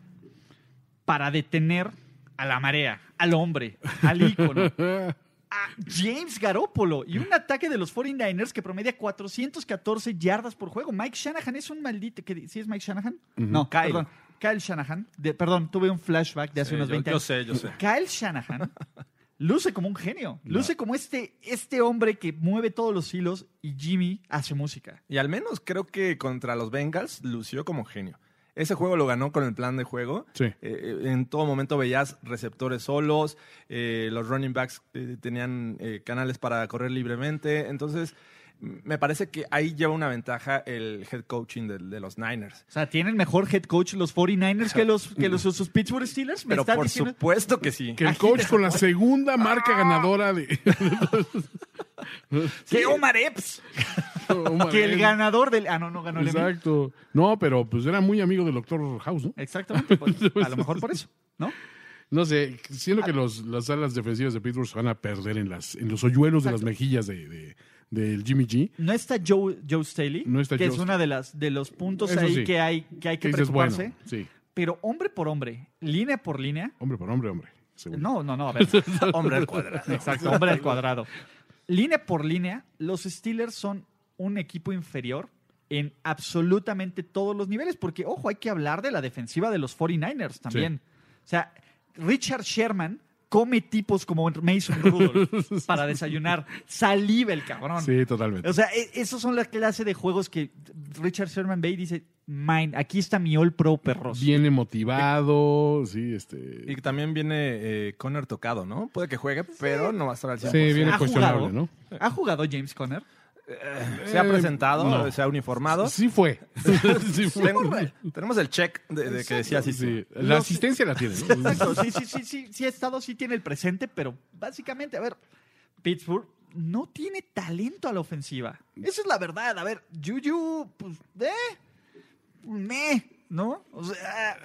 [SPEAKER 4] para detener a la marea, al hombre, al ícono, a James Garoppolo y un ataque de los 49ers que promedia 414 yardas por juego? Mike Shanahan es un maldito. que ¿Sí es Mike Shanahan? No,
[SPEAKER 8] Kyle.
[SPEAKER 4] perdón. Kyle Shanahan. De- perdón, tuve un flashback de hace
[SPEAKER 8] Sí,
[SPEAKER 4] unos
[SPEAKER 8] yo-
[SPEAKER 4] 20
[SPEAKER 8] Eh, yo
[SPEAKER 4] años.
[SPEAKER 8] sé, yo sé.
[SPEAKER 4] Kyle Shanahan luce como un genio. Luce como este, este hombre que mueve todos los hilos y Jimmy hace música.
[SPEAKER 8] Y al menos creo que contra los Bengals lució como genio. Ese juego lo ganó con el plan de juego.
[SPEAKER 5] Sí.
[SPEAKER 8] Eh, eh, en todo momento veías receptores solos, eh, los running backs eh, tenían eh, canales para correr libremente. Entonces, m- me parece que ahí lleva una ventaja el head coaching de, de los Niners.
[SPEAKER 4] O sea, tienen mejor head coach los 49ers que los, que los sus Pittsburgh Steelers. Me
[SPEAKER 8] Pero
[SPEAKER 4] estás
[SPEAKER 8] por
[SPEAKER 4] diciendo.
[SPEAKER 8] supuesto que sí.
[SPEAKER 5] Que el coach con la segunda
[SPEAKER 4] Ah.
[SPEAKER 5] marca ganadora de.
[SPEAKER 4] Que Omar Epps.
[SPEAKER 5] Omar
[SPEAKER 4] Que el
[SPEAKER 5] Epps.
[SPEAKER 4] ganador del. Ah, no, no ganó el Emmy.
[SPEAKER 5] Exacto. No, pero pues era muy amigo del doctor House, ¿no?
[SPEAKER 4] Exactamente. pues, a lo mejor por eso, ¿no?
[SPEAKER 5] No sé, siento que los, las alas defensivas de Pittsburgh se van a perder en, las, en los hoyuelos de las mejillas de, de- del Jimmy G.
[SPEAKER 4] No está Joe, Joe Staley,
[SPEAKER 5] No está
[SPEAKER 4] que
[SPEAKER 5] Joe
[SPEAKER 4] es uno de, las, de los puntos
[SPEAKER 5] Eso
[SPEAKER 4] ahí
[SPEAKER 5] sí.
[SPEAKER 4] que, hay, que hay que
[SPEAKER 5] Que dices, bueno,
[SPEAKER 4] preocuparse.
[SPEAKER 5] sí,
[SPEAKER 4] Pero hombre por hombre, línea por línea,
[SPEAKER 5] hombre por hombre, hombre. seguro.
[SPEAKER 4] No, no, no, a ver. hombre al cuadrado. Exacto, hombre al cuadrado. Línea por línea, los Steelers son un equipo inferior en absolutamente todos los niveles, porque, ojo, hay que hablar de la defensiva de los 49ers también. O sea, Richard Sherman come tipos como Mason Rudolph para desayunar. Saliva el cabrón.
[SPEAKER 5] Sí, totalmente.
[SPEAKER 4] O sea, e- esos son la clase de juegos que Richard Sherman ve y dice, mine, aquí está mi All Pro, perros.
[SPEAKER 5] Viene motivado, sí, este.
[SPEAKER 8] Y también viene eh, Connor tocado, ¿no? Puede que juegue, pero no va a estar al 100%.
[SPEAKER 5] Sí, viene
[SPEAKER 4] Pues, ¿Ha
[SPEAKER 5] cuestionable,
[SPEAKER 4] jugado?
[SPEAKER 5] ¿no?
[SPEAKER 4] ¿Ha jugado James Conner?
[SPEAKER 8] Se ha
[SPEAKER 5] Eh,
[SPEAKER 8] presentado,
[SPEAKER 5] no.
[SPEAKER 8] se ha uniformado.
[SPEAKER 5] Sí fue. Sí fue.
[SPEAKER 8] Tengo- tenemos el check de, de que decía así.
[SPEAKER 5] Sí, La asistencia la tiene. ¿no?
[SPEAKER 4] Exacto, sí, sí, sí, sí, sí ha estado, sí tiene el presente, pero básicamente, a ver, Pittsburgh no tiene talento a la ofensiva. Esa es la verdad. A ver, Juju, pues, eh, meh, ¿no? O sea, ah,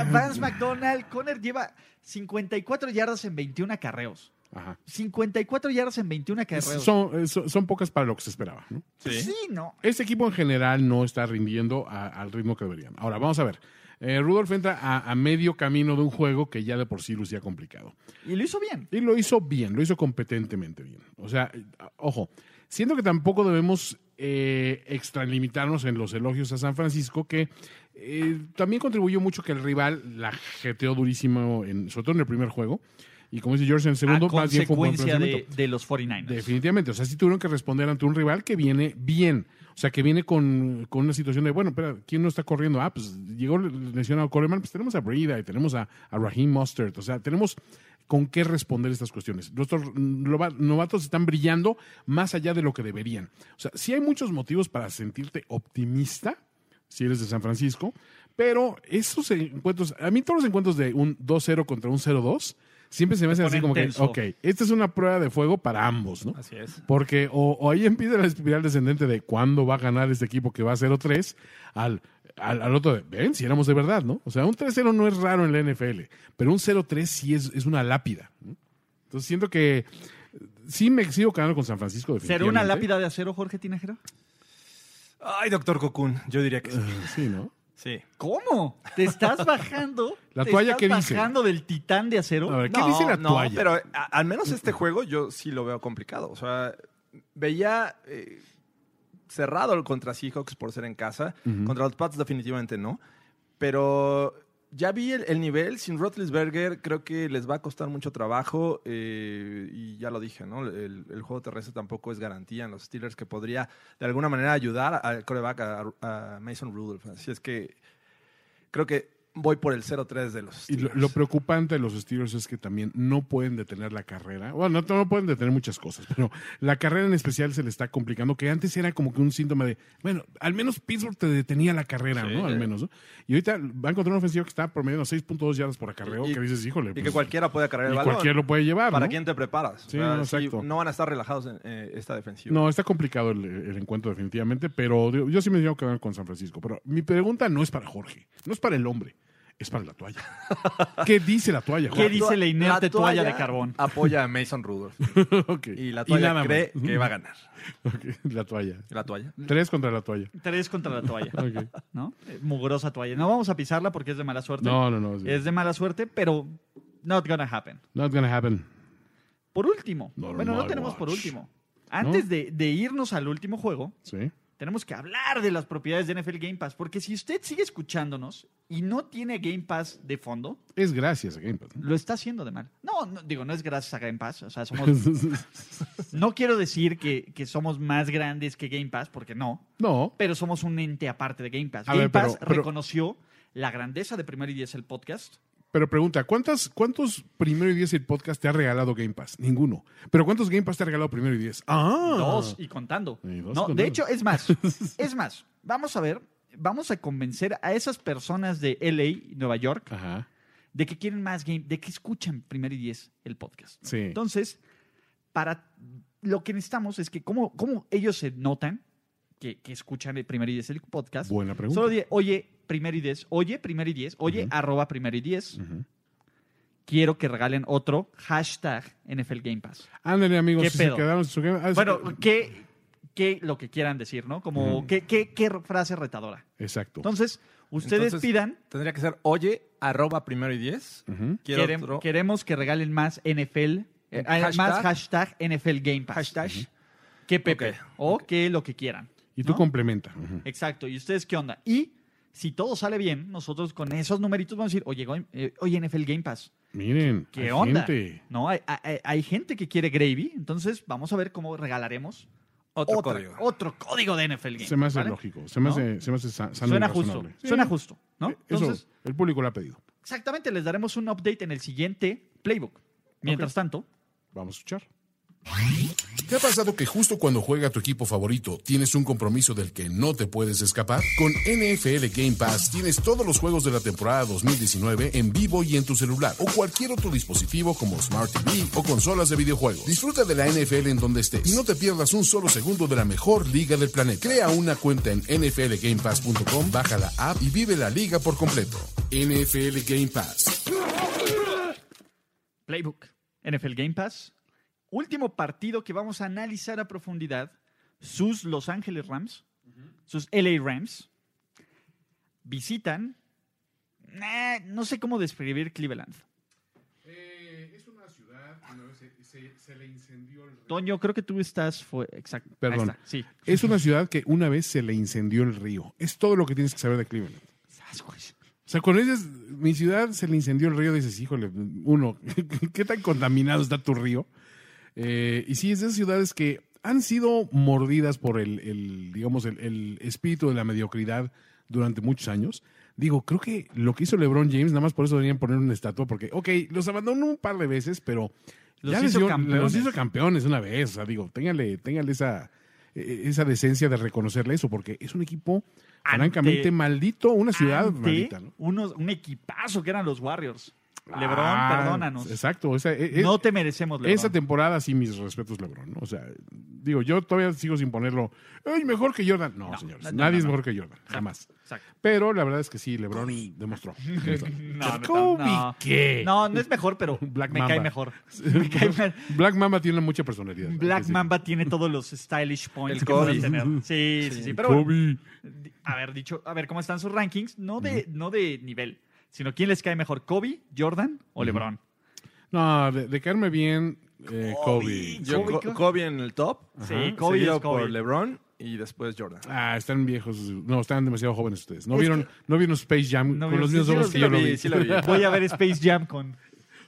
[SPEAKER 4] ah, Vance McDonald, Conner lleva 54 yardas en 21 acarreos.
[SPEAKER 5] Ajá.
[SPEAKER 4] 54 yardas en 21 acarreos.
[SPEAKER 5] Son, eh, son, son pocas para lo que se esperaba, ¿no?
[SPEAKER 4] sí. no.
[SPEAKER 5] Este equipo en general no está rindiendo a- al ritmo que deberían. Ahora, vamos a ver. Eh, Rudolph entra a, a medio camino de un juego que ya de por sí lucía complicado.
[SPEAKER 4] Y lo hizo bien.
[SPEAKER 5] Y lo hizo bien, lo hizo competentemente bien. O sea, eh, ojo, siento que tampoco debemos eh, extralimitarnos en los elogios a San Francisco, que eh, también contribuyó mucho que el rival la jeteó durísimo, en, sobre todo en el primer juego. Y como dice George, en el segundo,
[SPEAKER 4] a
[SPEAKER 5] más bien fue un buen
[SPEAKER 4] consecuencia de,
[SPEAKER 5] planteamiento.
[SPEAKER 4] de los 49ers.
[SPEAKER 5] Definitivamente, o sea, sí tuvieron que responder ante un rival que viene bien, o sea, que viene con, con una situación de, bueno, espera, ¿quién no está corriendo? Ah, pues llegó lesionado Coleman, pues tenemos a Brida y tenemos a, a Raheem Mustard, o sea, tenemos con qué responder estas cuestiones. Nuestros nova- novatos están brillando más allá de lo que deberían. O sea, sí hay muchos motivos para sentirte optimista, si eres de San Francisco. Pero esos encuentros, a mí todos los encuentros de un 2-0 contra un 0-2, siempre se me hacen así
[SPEAKER 4] ponen
[SPEAKER 5] como
[SPEAKER 4] tenso.
[SPEAKER 5] que, ok, esta es una prueba de fuego para ambos, ¿no?
[SPEAKER 8] Así es.
[SPEAKER 5] Porque o, o ahí empieza la espiral descendente de cuándo va a ganar este equipo que va a 0-3 al, al, al otro de, ven, si éramos de verdad, ¿no? O sea, un 3-0 no es raro en la NFL, pero un 0-3 sí es, es una lápida. ¿no? Entonces siento que eh, sí me sigo quedando con San Francisco.
[SPEAKER 4] ¿Será una
[SPEAKER 5] definitivamente.
[SPEAKER 4] lápida de acero, Jorge Tinajero?
[SPEAKER 8] Ay, doctor Cocoon, yo diría que sí.
[SPEAKER 5] Sí, ¿no?
[SPEAKER 8] Sí.
[SPEAKER 4] ¿Cómo? ¿Te estás bajando?
[SPEAKER 5] La
[SPEAKER 4] ¿Te
[SPEAKER 5] toalla,
[SPEAKER 4] estás
[SPEAKER 5] ¿qué dice?
[SPEAKER 4] bajando del titán de acero?
[SPEAKER 5] A ver, ¿qué dice la toalla?
[SPEAKER 8] pero a- al menos este juego yo sí lo veo complicado. O sea, veía eh, cerrado el contra Seahawks por ser en casa. Contra los Pats definitivamente no. Pero ya vi el, el nivel. Sin Rotlisberger creo que les va a costar mucho trabajo. eh, y ya lo dije, ¿no? El, el juego terrestre tampoco es garantía en los Steelers que podría de alguna manera ayudar al coreback a, a Mason Rudolph. Así es que creo que voy por el 0-3 de los
[SPEAKER 5] Y lo,
[SPEAKER 8] Steelers.
[SPEAKER 5] lo preocupante de los Steelers es que también no pueden detener la carrera. Bueno, no, no pueden detener muchas cosas, pero la carrera en especial se le está complicando, que antes era como que un síntoma de, bueno, al menos Pittsburgh te detenía la carrera,
[SPEAKER 8] Sí.
[SPEAKER 5] ¿no? Al menos, ¿no? Y ahorita va a encontrar una ofensiva que está promediando 6.2 yardas por acarreo,
[SPEAKER 8] Y-
[SPEAKER 5] que dices, híjole.
[SPEAKER 8] y que
[SPEAKER 5] pues,
[SPEAKER 8] cualquiera puede cargar el
[SPEAKER 5] y
[SPEAKER 8] balón.
[SPEAKER 5] cualquiera lo puede llevar,
[SPEAKER 8] ¿Para
[SPEAKER 5] ¿no?
[SPEAKER 8] quién te preparas?
[SPEAKER 5] Sí,
[SPEAKER 8] O sea,
[SPEAKER 5] no,
[SPEAKER 8] sí,
[SPEAKER 5] exacto.
[SPEAKER 8] no van a estar relajados en eh, esta defensiva.
[SPEAKER 5] No, está complicado el, el encuentro definitivamente, pero digo, yo sí me digo que van con San Francisco. Pero mi pregunta no es para Jorge, no es para el hombre, es para la toalla. ¿Qué dice la toalla,
[SPEAKER 4] ¿Qué
[SPEAKER 5] Jorge?
[SPEAKER 4] dice la inerte toalla de carbón?
[SPEAKER 8] Apoya a Mason Rudolph.
[SPEAKER 5] Ok.
[SPEAKER 8] Y la toalla
[SPEAKER 5] nada más.
[SPEAKER 8] cree que va a ganar.
[SPEAKER 5] Ok, La toalla.
[SPEAKER 8] La toalla.
[SPEAKER 5] Tres contra la toalla.
[SPEAKER 4] Tres contra la toalla,
[SPEAKER 5] Ok.
[SPEAKER 4] ¿no? Eh, Mugrosa toalla. No vamos a pisarla porque es de mala suerte.
[SPEAKER 5] No, no, no. sí.
[SPEAKER 4] Es de mala suerte, pero not gonna happen.
[SPEAKER 5] Not gonna happen.
[SPEAKER 4] Por último.
[SPEAKER 5] Not on
[SPEAKER 4] bueno, no
[SPEAKER 5] my
[SPEAKER 4] tenemos por
[SPEAKER 5] watch.
[SPEAKER 4] último. Antes de, de irnos al último juego,
[SPEAKER 5] Sí.
[SPEAKER 4] tenemos que hablar de las propiedades de NFL Game Pass. Porque si usted sigue escuchándonos y no tiene Game Pass de fondo,
[SPEAKER 5] Es gracias a Game Pass. ¿no?
[SPEAKER 4] lo está haciendo de mal. No, no, digo, no es gracias a Game Pass. O sea, somos. no quiero decir que, que somos más grandes que Game Pass, porque no.
[SPEAKER 5] no.
[SPEAKER 4] Pero somos un ente aparte de Game Pass.
[SPEAKER 5] A
[SPEAKER 4] Game
[SPEAKER 5] ver, pero-
[SPEAKER 4] Pass
[SPEAKER 5] pero-
[SPEAKER 4] reconoció la grandeza de Primero y Diez el podcast.
[SPEAKER 5] Pero pregunta, ¿cuántas, ¿cuántos primero y diez el podcast te ha regalado Game Pass? Ninguno. ¿Pero cuántos Game Pass te ha regalado primero y diez? Ah.
[SPEAKER 4] Dos y contando.
[SPEAKER 5] Y dos
[SPEAKER 4] no,
[SPEAKER 5] contando.
[SPEAKER 4] de hecho, es más. es más, vamos a ver, vamos a convencer a esas personas de LA, Nueva York,
[SPEAKER 5] Ajá.
[SPEAKER 4] de que quieren más game, de que escuchan primero y diez el podcast.
[SPEAKER 5] Sí.
[SPEAKER 4] Entonces, para lo que necesitamos es que cómo, cómo ellos se notan que, que escuchan el primero y diez el podcast.
[SPEAKER 5] Buena pregunta.
[SPEAKER 4] Solo di, oye, primero y diez, oye, primero y diez, oye,
[SPEAKER 5] Ujú.
[SPEAKER 4] arroba primero y diez.
[SPEAKER 5] Ujú.
[SPEAKER 4] Quiero que regalen otro hashtag NFL Game Pass.
[SPEAKER 5] Ándale, amigos.
[SPEAKER 4] ¿Qué
[SPEAKER 5] si
[SPEAKER 4] pedo?
[SPEAKER 5] se quedaron en su Game
[SPEAKER 8] Pues,
[SPEAKER 5] Pass- ah,
[SPEAKER 8] eh,
[SPEAKER 4] Bueno, que, que lo que quieran decir, ¿no? Como,
[SPEAKER 5] Ujú.
[SPEAKER 4] ¿qué, qué, qué frase retadora?
[SPEAKER 5] Exacto.
[SPEAKER 4] Entonces, ustedes
[SPEAKER 8] Entonces,
[SPEAKER 4] pidan,
[SPEAKER 8] Tendría que ser oye, arroba primero y diez.
[SPEAKER 5] Ujú.
[SPEAKER 8] Quiero
[SPEAKER 4] querem-
[SPEAKER 8] otro
[SPEAKER 4] queremos que regalen más NFL, eh,
[SPEAKER 8] Hashtag.
[SPEAKER 4] más hashtag NFL Game Pass.
[SPEAKER 8] hashtag.
[SPEAKER 4] Que Pepe.
[SPEAKER 8] Ok,
[SPEAKER 4] O que lo que quieran.
[SPEAKER 5] Y tú
[SPEAKER 4] ¿no?
[SPEAKER 5] complementa. Ujú.
[SPEAKER 4] Exacto. ¿Y ustedes qué onda? Y si todo sale bien, nosotros con esos numeritos vamos a decir, oye, go- eh, oye NFL Game Pass,
[SPEAKER 5] Miren.
[SPEAKER 4] ¿qué
[SPEAKER 5] hay
[SPEAKER 4] onda?
[SPEAKER 5] gente.
[SPEAKER 4] No, hay, hay- hay gente que quiere gravy, entonces vamos a ver cómo regalaremos
[SPEAKER 8] Otro
[SPEAKER 4] otra-
[SPEAKER 8] código.
[SPEAKER 4] otro código de NFL Game Pass.
[SPEAKER 5] Se me hace
[SPEAKER 4] ¿vale?
[SPEAKER 5] lógico. Se me
[SPEAKER 4] ¿No?
[SPEAKER 5] hace, se me hace sa- sano y
[SPEAKER 4] Suena justo.
[SPEAKER 5] razonable. Sí. eh,
[SPEAKER 4] Suena justo, ¿no?
[SPEAKER 5] Eso,
[SPEAKER 4] Entonces,
[SPEAKER 5] el público lo ha pedido.
[SPEAKER 4] exactamente, les daremos un update en el siguiente playbook. Mientras tanto,
[SPEAKER 5] Vamos a escuchar.
[SPEAKER 1] ¿Te ha pasado que justo cuando juega tu equipo favorito tienes un compromiso del que no te puedes escapar? Con NFL Game Pass tienes todos los juegos de la temporada 2019 en vivo y en tu celular o cualquier otro dispositivo como Smart TV o consolas de videojuegos. Disfruta de la NFL en donde estés y no te pierdas un solo segundo de la mejor liga del planeta. Crea una cuenta en nflgamepass.com, baja la app y vive la liga por completo. NFL Game Pass.
[SPEAKER 4] playbook, NFL Game Pass, último partido que vamos a analizar a profundidad, sus Los Ángeles Rams, sus LA Rams, visitan, nah, no sé cómo describir Cleveland.
[SPEAKER 5] Eh, es una ciudad se, le incendió el
[SPEAKER 4] Toño, creo que tú estás, fue, exacto, ahí
[SPEAKER 5] Perdón.
[SPEAKER 4] está, sí.
[SPEAKER 5] Es una ciudad que una vez se le incendió el río. Es todo lo que tienes que saber de Cleveland.
[SPEAKER 4] Sas, güey.
[SPEAKER 5] O sea, cuando dices, mi ciudad se le incendió el río, dices, híjole, uno, ¿qué tan contaminado está tu río? Eh, y sí, es de esas ciudades que han sido mordidas por el, el, digamos, el, el espíritu de la mediocridad durante muchos años. Digo, creo que lo que hizo LeBron James, nada más por eso deberían poner una estatua, porque, ok, los abandonó un par de veces, pero
[SPEAKER 4] Los
[SPEAKER 5] les
[SPEAKER 4] hizo
[SPEAKER 5] dio-
[SPEAKER 4] campeones.
[SPEAKER 5] los hizo campeones una vez. O sea, digo, téngale, téngale esa, eh, esa decencia de reconocerle eso, porque es un equipo
[SPEAKER 4] Ante-
[SPEAKER 5] francamente maldito, una ciudad
[SPEAKER 4] ante
[SPEAKER 5] maldita, ¿no?
[SPEAKER 4] unos- un equipazo que eran los Warriors. Lebron,
[SPEAKER 5] Ah,
[SPEAKER 4] perdónanos.
[SPEAKER 5] Exacto. Esa, e- e-
[SPEAKER 4] no te merecemos, Lebron.
[SPEAKER 5] esa temporada, sí, mis respetos, Lebron. ¿no? O sea, digo, yo todavía sigo sin ponerlo. "Ay, mejor que Jordan! No,
[SPEAKER 4] No,
[SPEAKER 5] señores.
[SPEAKER 4] no, no,
[SPEAKER 5] nadie
[SPEAKER 4] no,
[SPEAKER 5] es
[SPEAKER 4] no.
[SPEAKER 5] mejor que Jordan. Jamás.
[SPEAKER 4] Exacto.
[SPEAKER 5] Pero la verdad es que sí, Lebron demostró.
[SPEAKER 4] No, no,
[SPEAKER 5] Kobe,
[SPEAKER 4] no.
[SPEAKER 5] ¿qué?
[SPEAKER 4] No, no es mejor, pero
[SPEAKER 5] Black
[SPEAKER 4] me
[SPEAKER 5] Mamba.
[SPEAKER 4] cae mejor. Me cae mal.
[SPEAKER 5] Black Mamba tiene mucha personalidad. ¿no?
[SPEAKER 4] Black
[SPEAKER 5] Sí.
[SPEAKER 4] Mamba tiene todos los stylish points
[SPEAKER 8] El
[SPEAKER 4] que pueden
[SPEAKER 8] Kobe.
[SPEAKER 4] tener. Sí, sí, sí. Pero bueno,
[SPEAKER 5] Kobe.
[SPEAKER 4] di- a ver, dicho, a ver, ¿cómo están sus rankings? No de, no de nivel, sino quién les cae mejor, Kobe, Jordan o LeBron.
[SPEAKER 5] No, de, de caerme bien, eh, Kobe.
[SPEAKER 8] Yo,
[SPEAKER 4] Kobe,
[SPEAKER 8] Co-
[SPEAKER 4] Kobe.
[SPEAKER 8] Kobe en el top.
[SPEAKER 4] Sí, Kobe
[SPEAKER 8] seguido
[SPEAKER 4] es Kobe.
[SPEAKER 8] por LeBron y después Jordan.
[SPEAKER 5] Ah, están viejos. No, están demasiado jóvenes ustedes. No vieron, no vieron Space Jam
[SPEAKER 4] No
[SPEAKER 5] con
[SPEAKER 4] vieron-
[SPEAKER 5] los
[SPEAKER 4] sí,
[SPEAKER 5] mismos
[SPEAKER 4] sí,
[SPEAKER 5] ojos
[SPEAKER 4] sí
[SPEAKER 5] que
[SPEAKER 4] lo
[SPEAKER 5] yo lo
[SPEAKER 8] vi,
[SPEAKER 5] vi.
[SPEAKER 8] sí lo vi.
[SPEAKER 4] Voy a ver Space Jam con,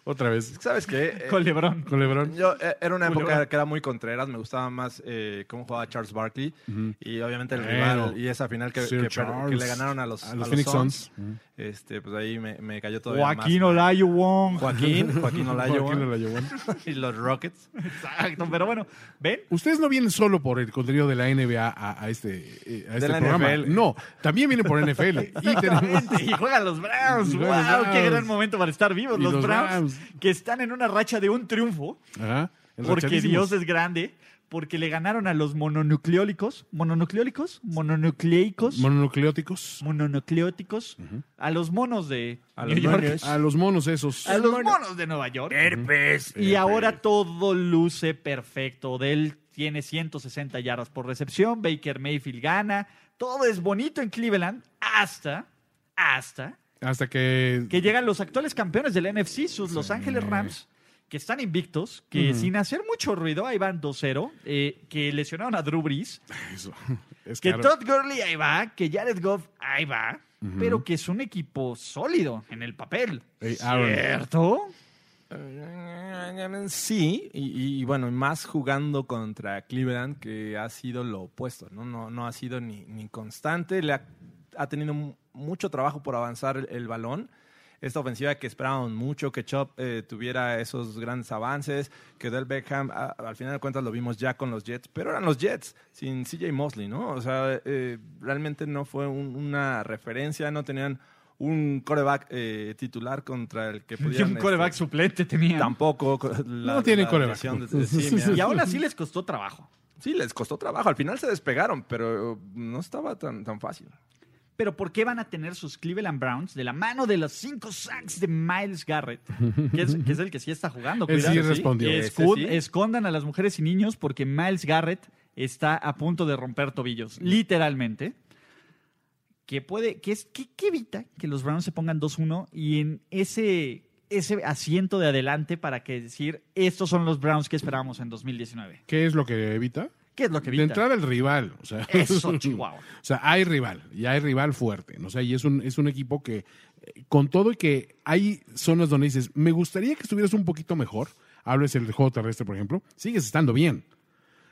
[SPEAKER 5] Otra vez.
[SPEAKER 8] ¿Sabes qué? Eh,
[SPEAKER 4] con LeBron.
[SPEAKER 5] Con LeBron.
[SPEAKER 8] Yo eh, era una
[SPEAKER 5] Julio.
[SPEAKER 8] época que era muy contreras, me gustaba más eh, cómo jugaba Charles Barkley y obviamente el
[SPEAKER 5] Bueno.
[SPEAKER 8] rival y esa final que,
[SPEAKER 5] Sir
[SPEAKER 8] que per- que
[SPEAKER 5] Charles.
[SPEAKER 8] le ganaron a los,
[SPEAKER 5] A los Phoenix Suns.
[SPEAKER 8] Este, pues ahí me, me cayó todavía
[SPEAKER 4] Joaquín
[SPEAKER 8] más. mal.
[SPEAKER 4] Olayo Wong.
[SPEAKER 8] Joaquín, Joaquín Olayo
[SPEAKER 5] Joaquín Olayo, bueno.
[SPEAKER 8] y los Rockets.
[SPEAKER 4] Exacto, pero bueno, ven,
[SPEAKER 5] Ustedes no vienen solo por el contenido de la NBA a, a este, eh, a este
[SPEAKER 8] la
[SPEAKER 5] programa.
[SPEAKER 8] NFL.
[SPEAKER 5] No, también vienen por NFL. y tenemos
[SPEAKER 4] Exactamente, Y juegan los Browns.
[SPEAKER 5] Y
[SPEAKER 4] ¡Wow!
[SPEAKER 5] juegan los
[SPEAKER 4] ¡Qué
[SPEAKER 5] Browns.
[SPEAKER 4] gran momento para estar vivos!
[SPEAKER 5] Y
[SPEAKER 4] Los,
[SPEAKER 5] los
[SPEAKER 4] Browns,
[SPEAKER 5] Browns.
[SPEAKER 4] que están en una racha de un triunfo,
[SPEAKER 5] Ajá,
[SPEAKER 4] porque
[SPEAKER 5] enrachadísimos.
[SPEAKER 4] Dios es grande, porque le ganaron a los mononucleólicos. ¿Mononucleólicos? ¿Mononucleicos?
[SPEAKER 5] mononucleóticos.
[SPEAKER 4] mononucleóticos. A los monos de
[SPEAKER 8] A
[SPEAKER 4] New
[SPEAKER 8] los
[SPEAKER 4] York.
[SPEAKER 8] monos.
[SPEAKER 5] A los monos esos.
[SPEAKER 4] A los monos de Nueva York. Y ahora todo luce perfecto. Dell tiene 160 yardas por recepción. Baker Mayfield gana. Todo es bonito en Cleveland hasta, hasta
[SPEAKER 5] Hasta que.
[SPEAKER 4] que llegan los actuales campeones del NFC, sus Los Ángeles Rams, que están invictos, que sin hacer mucho ruido, ahí van 2-0, eh, que lesionaron a Drew Brees,
[SPEAKER 8] Ah,
[SPEAKER 5] Eso. Es
[SPEAKER 4] que
[SPEAKER 5] caro.
[SPEAKER 4] Todd Gurley ahí va, que Jared Goff ahí va, pero que es un equipo sólido en el papel.
[SPEAKER 5] Ey, Aaron.
[SPEAKER 4] ¿Cierto?
[SPEAKER 8] Sí, y, y bueno, más jugando contra Cleveland, que ha sido lo opuesto, ¿no? No, no ha sido ni, ni constante, le ha, ha tenido mu- mucho trabajo por avanzar el, el balón. Esta ofensiva que esperaban mucho, que Chop eh, tuviera esos grandes avances, que Del Beckham, a- al final de cuentas lo vimos ya con los Jets, pero eran los Jets, sin CJ Mosley, ¿no? O sea, eh, realmente no fue un- una referencia, no tenían un coreback eh, titular contra el que
[SPEAKER 4] Y
[SPEAKER 8] pudieran...
[SPEAKER 4] un
[SPEAKER 8] este,
[SPEAKER 4] coreback suplente tenía.
[SPEAKER 8] Tampoco. co- La,
[SPEAKER 5] No tiene
[SPEAKER 8] la
[SPEAKER 5] coreback.
[SPEAKER 8] lesión de- de- sí,
[SPEAKER 4] Y
[SPEAKER 8] mira.
[SPEAKER 4] aún así les costó trabajo.
[SPEAKER 8] Sí, les costó trabajo. Al final se despegaron, pero eh, no estaba tan, tan fácil.
[SPEAKER 4] Pero ¿por qué van a tener sus Cleveland Browns de la mano de los cinco sacks de Miles Garrett? Que es, que es el que sí está jugando.
[SPEAKER 5] Él sí
[SPEAKER 4] cuidado,
[SPEAKER 5] respondió. Este
[SPEAKER 4] Que
[SPEAKER 8] Ese
[SPEAKER 4] escu-
[SPEAKER 8] sí.
[SPEAKER 4] Escondan a las mujeres y niños porque Miles Garrett está a punto de romper tobillos, literalmente. Que puede, que es, que, que evita que los Browns se pongan 2-1 y en ese, ese asiento de adelante para que decir, estos son los Browns que esperábamos en 2019.
[SPEAKER 5] ¿Qué es lo que evita?
[SPEAKER 4] ¿Qué es lo que
[SPEAKER 5] De
[SPEAKER 4] evita?
[SPEAKER 5] entrada el rival. O sea,
[SPEAKER 4] Eso, Chihuahua.
[SPEAKER 5] O sea, hay rival, y hay rival fuerte. ¿no? O sea, y es un, es un equipo que, eh, con todo y que hay zonas donde dices, me gustaría que estuvieras un poquito mejor, hables el juego terrestre, por ejemplo, sigues estando bien.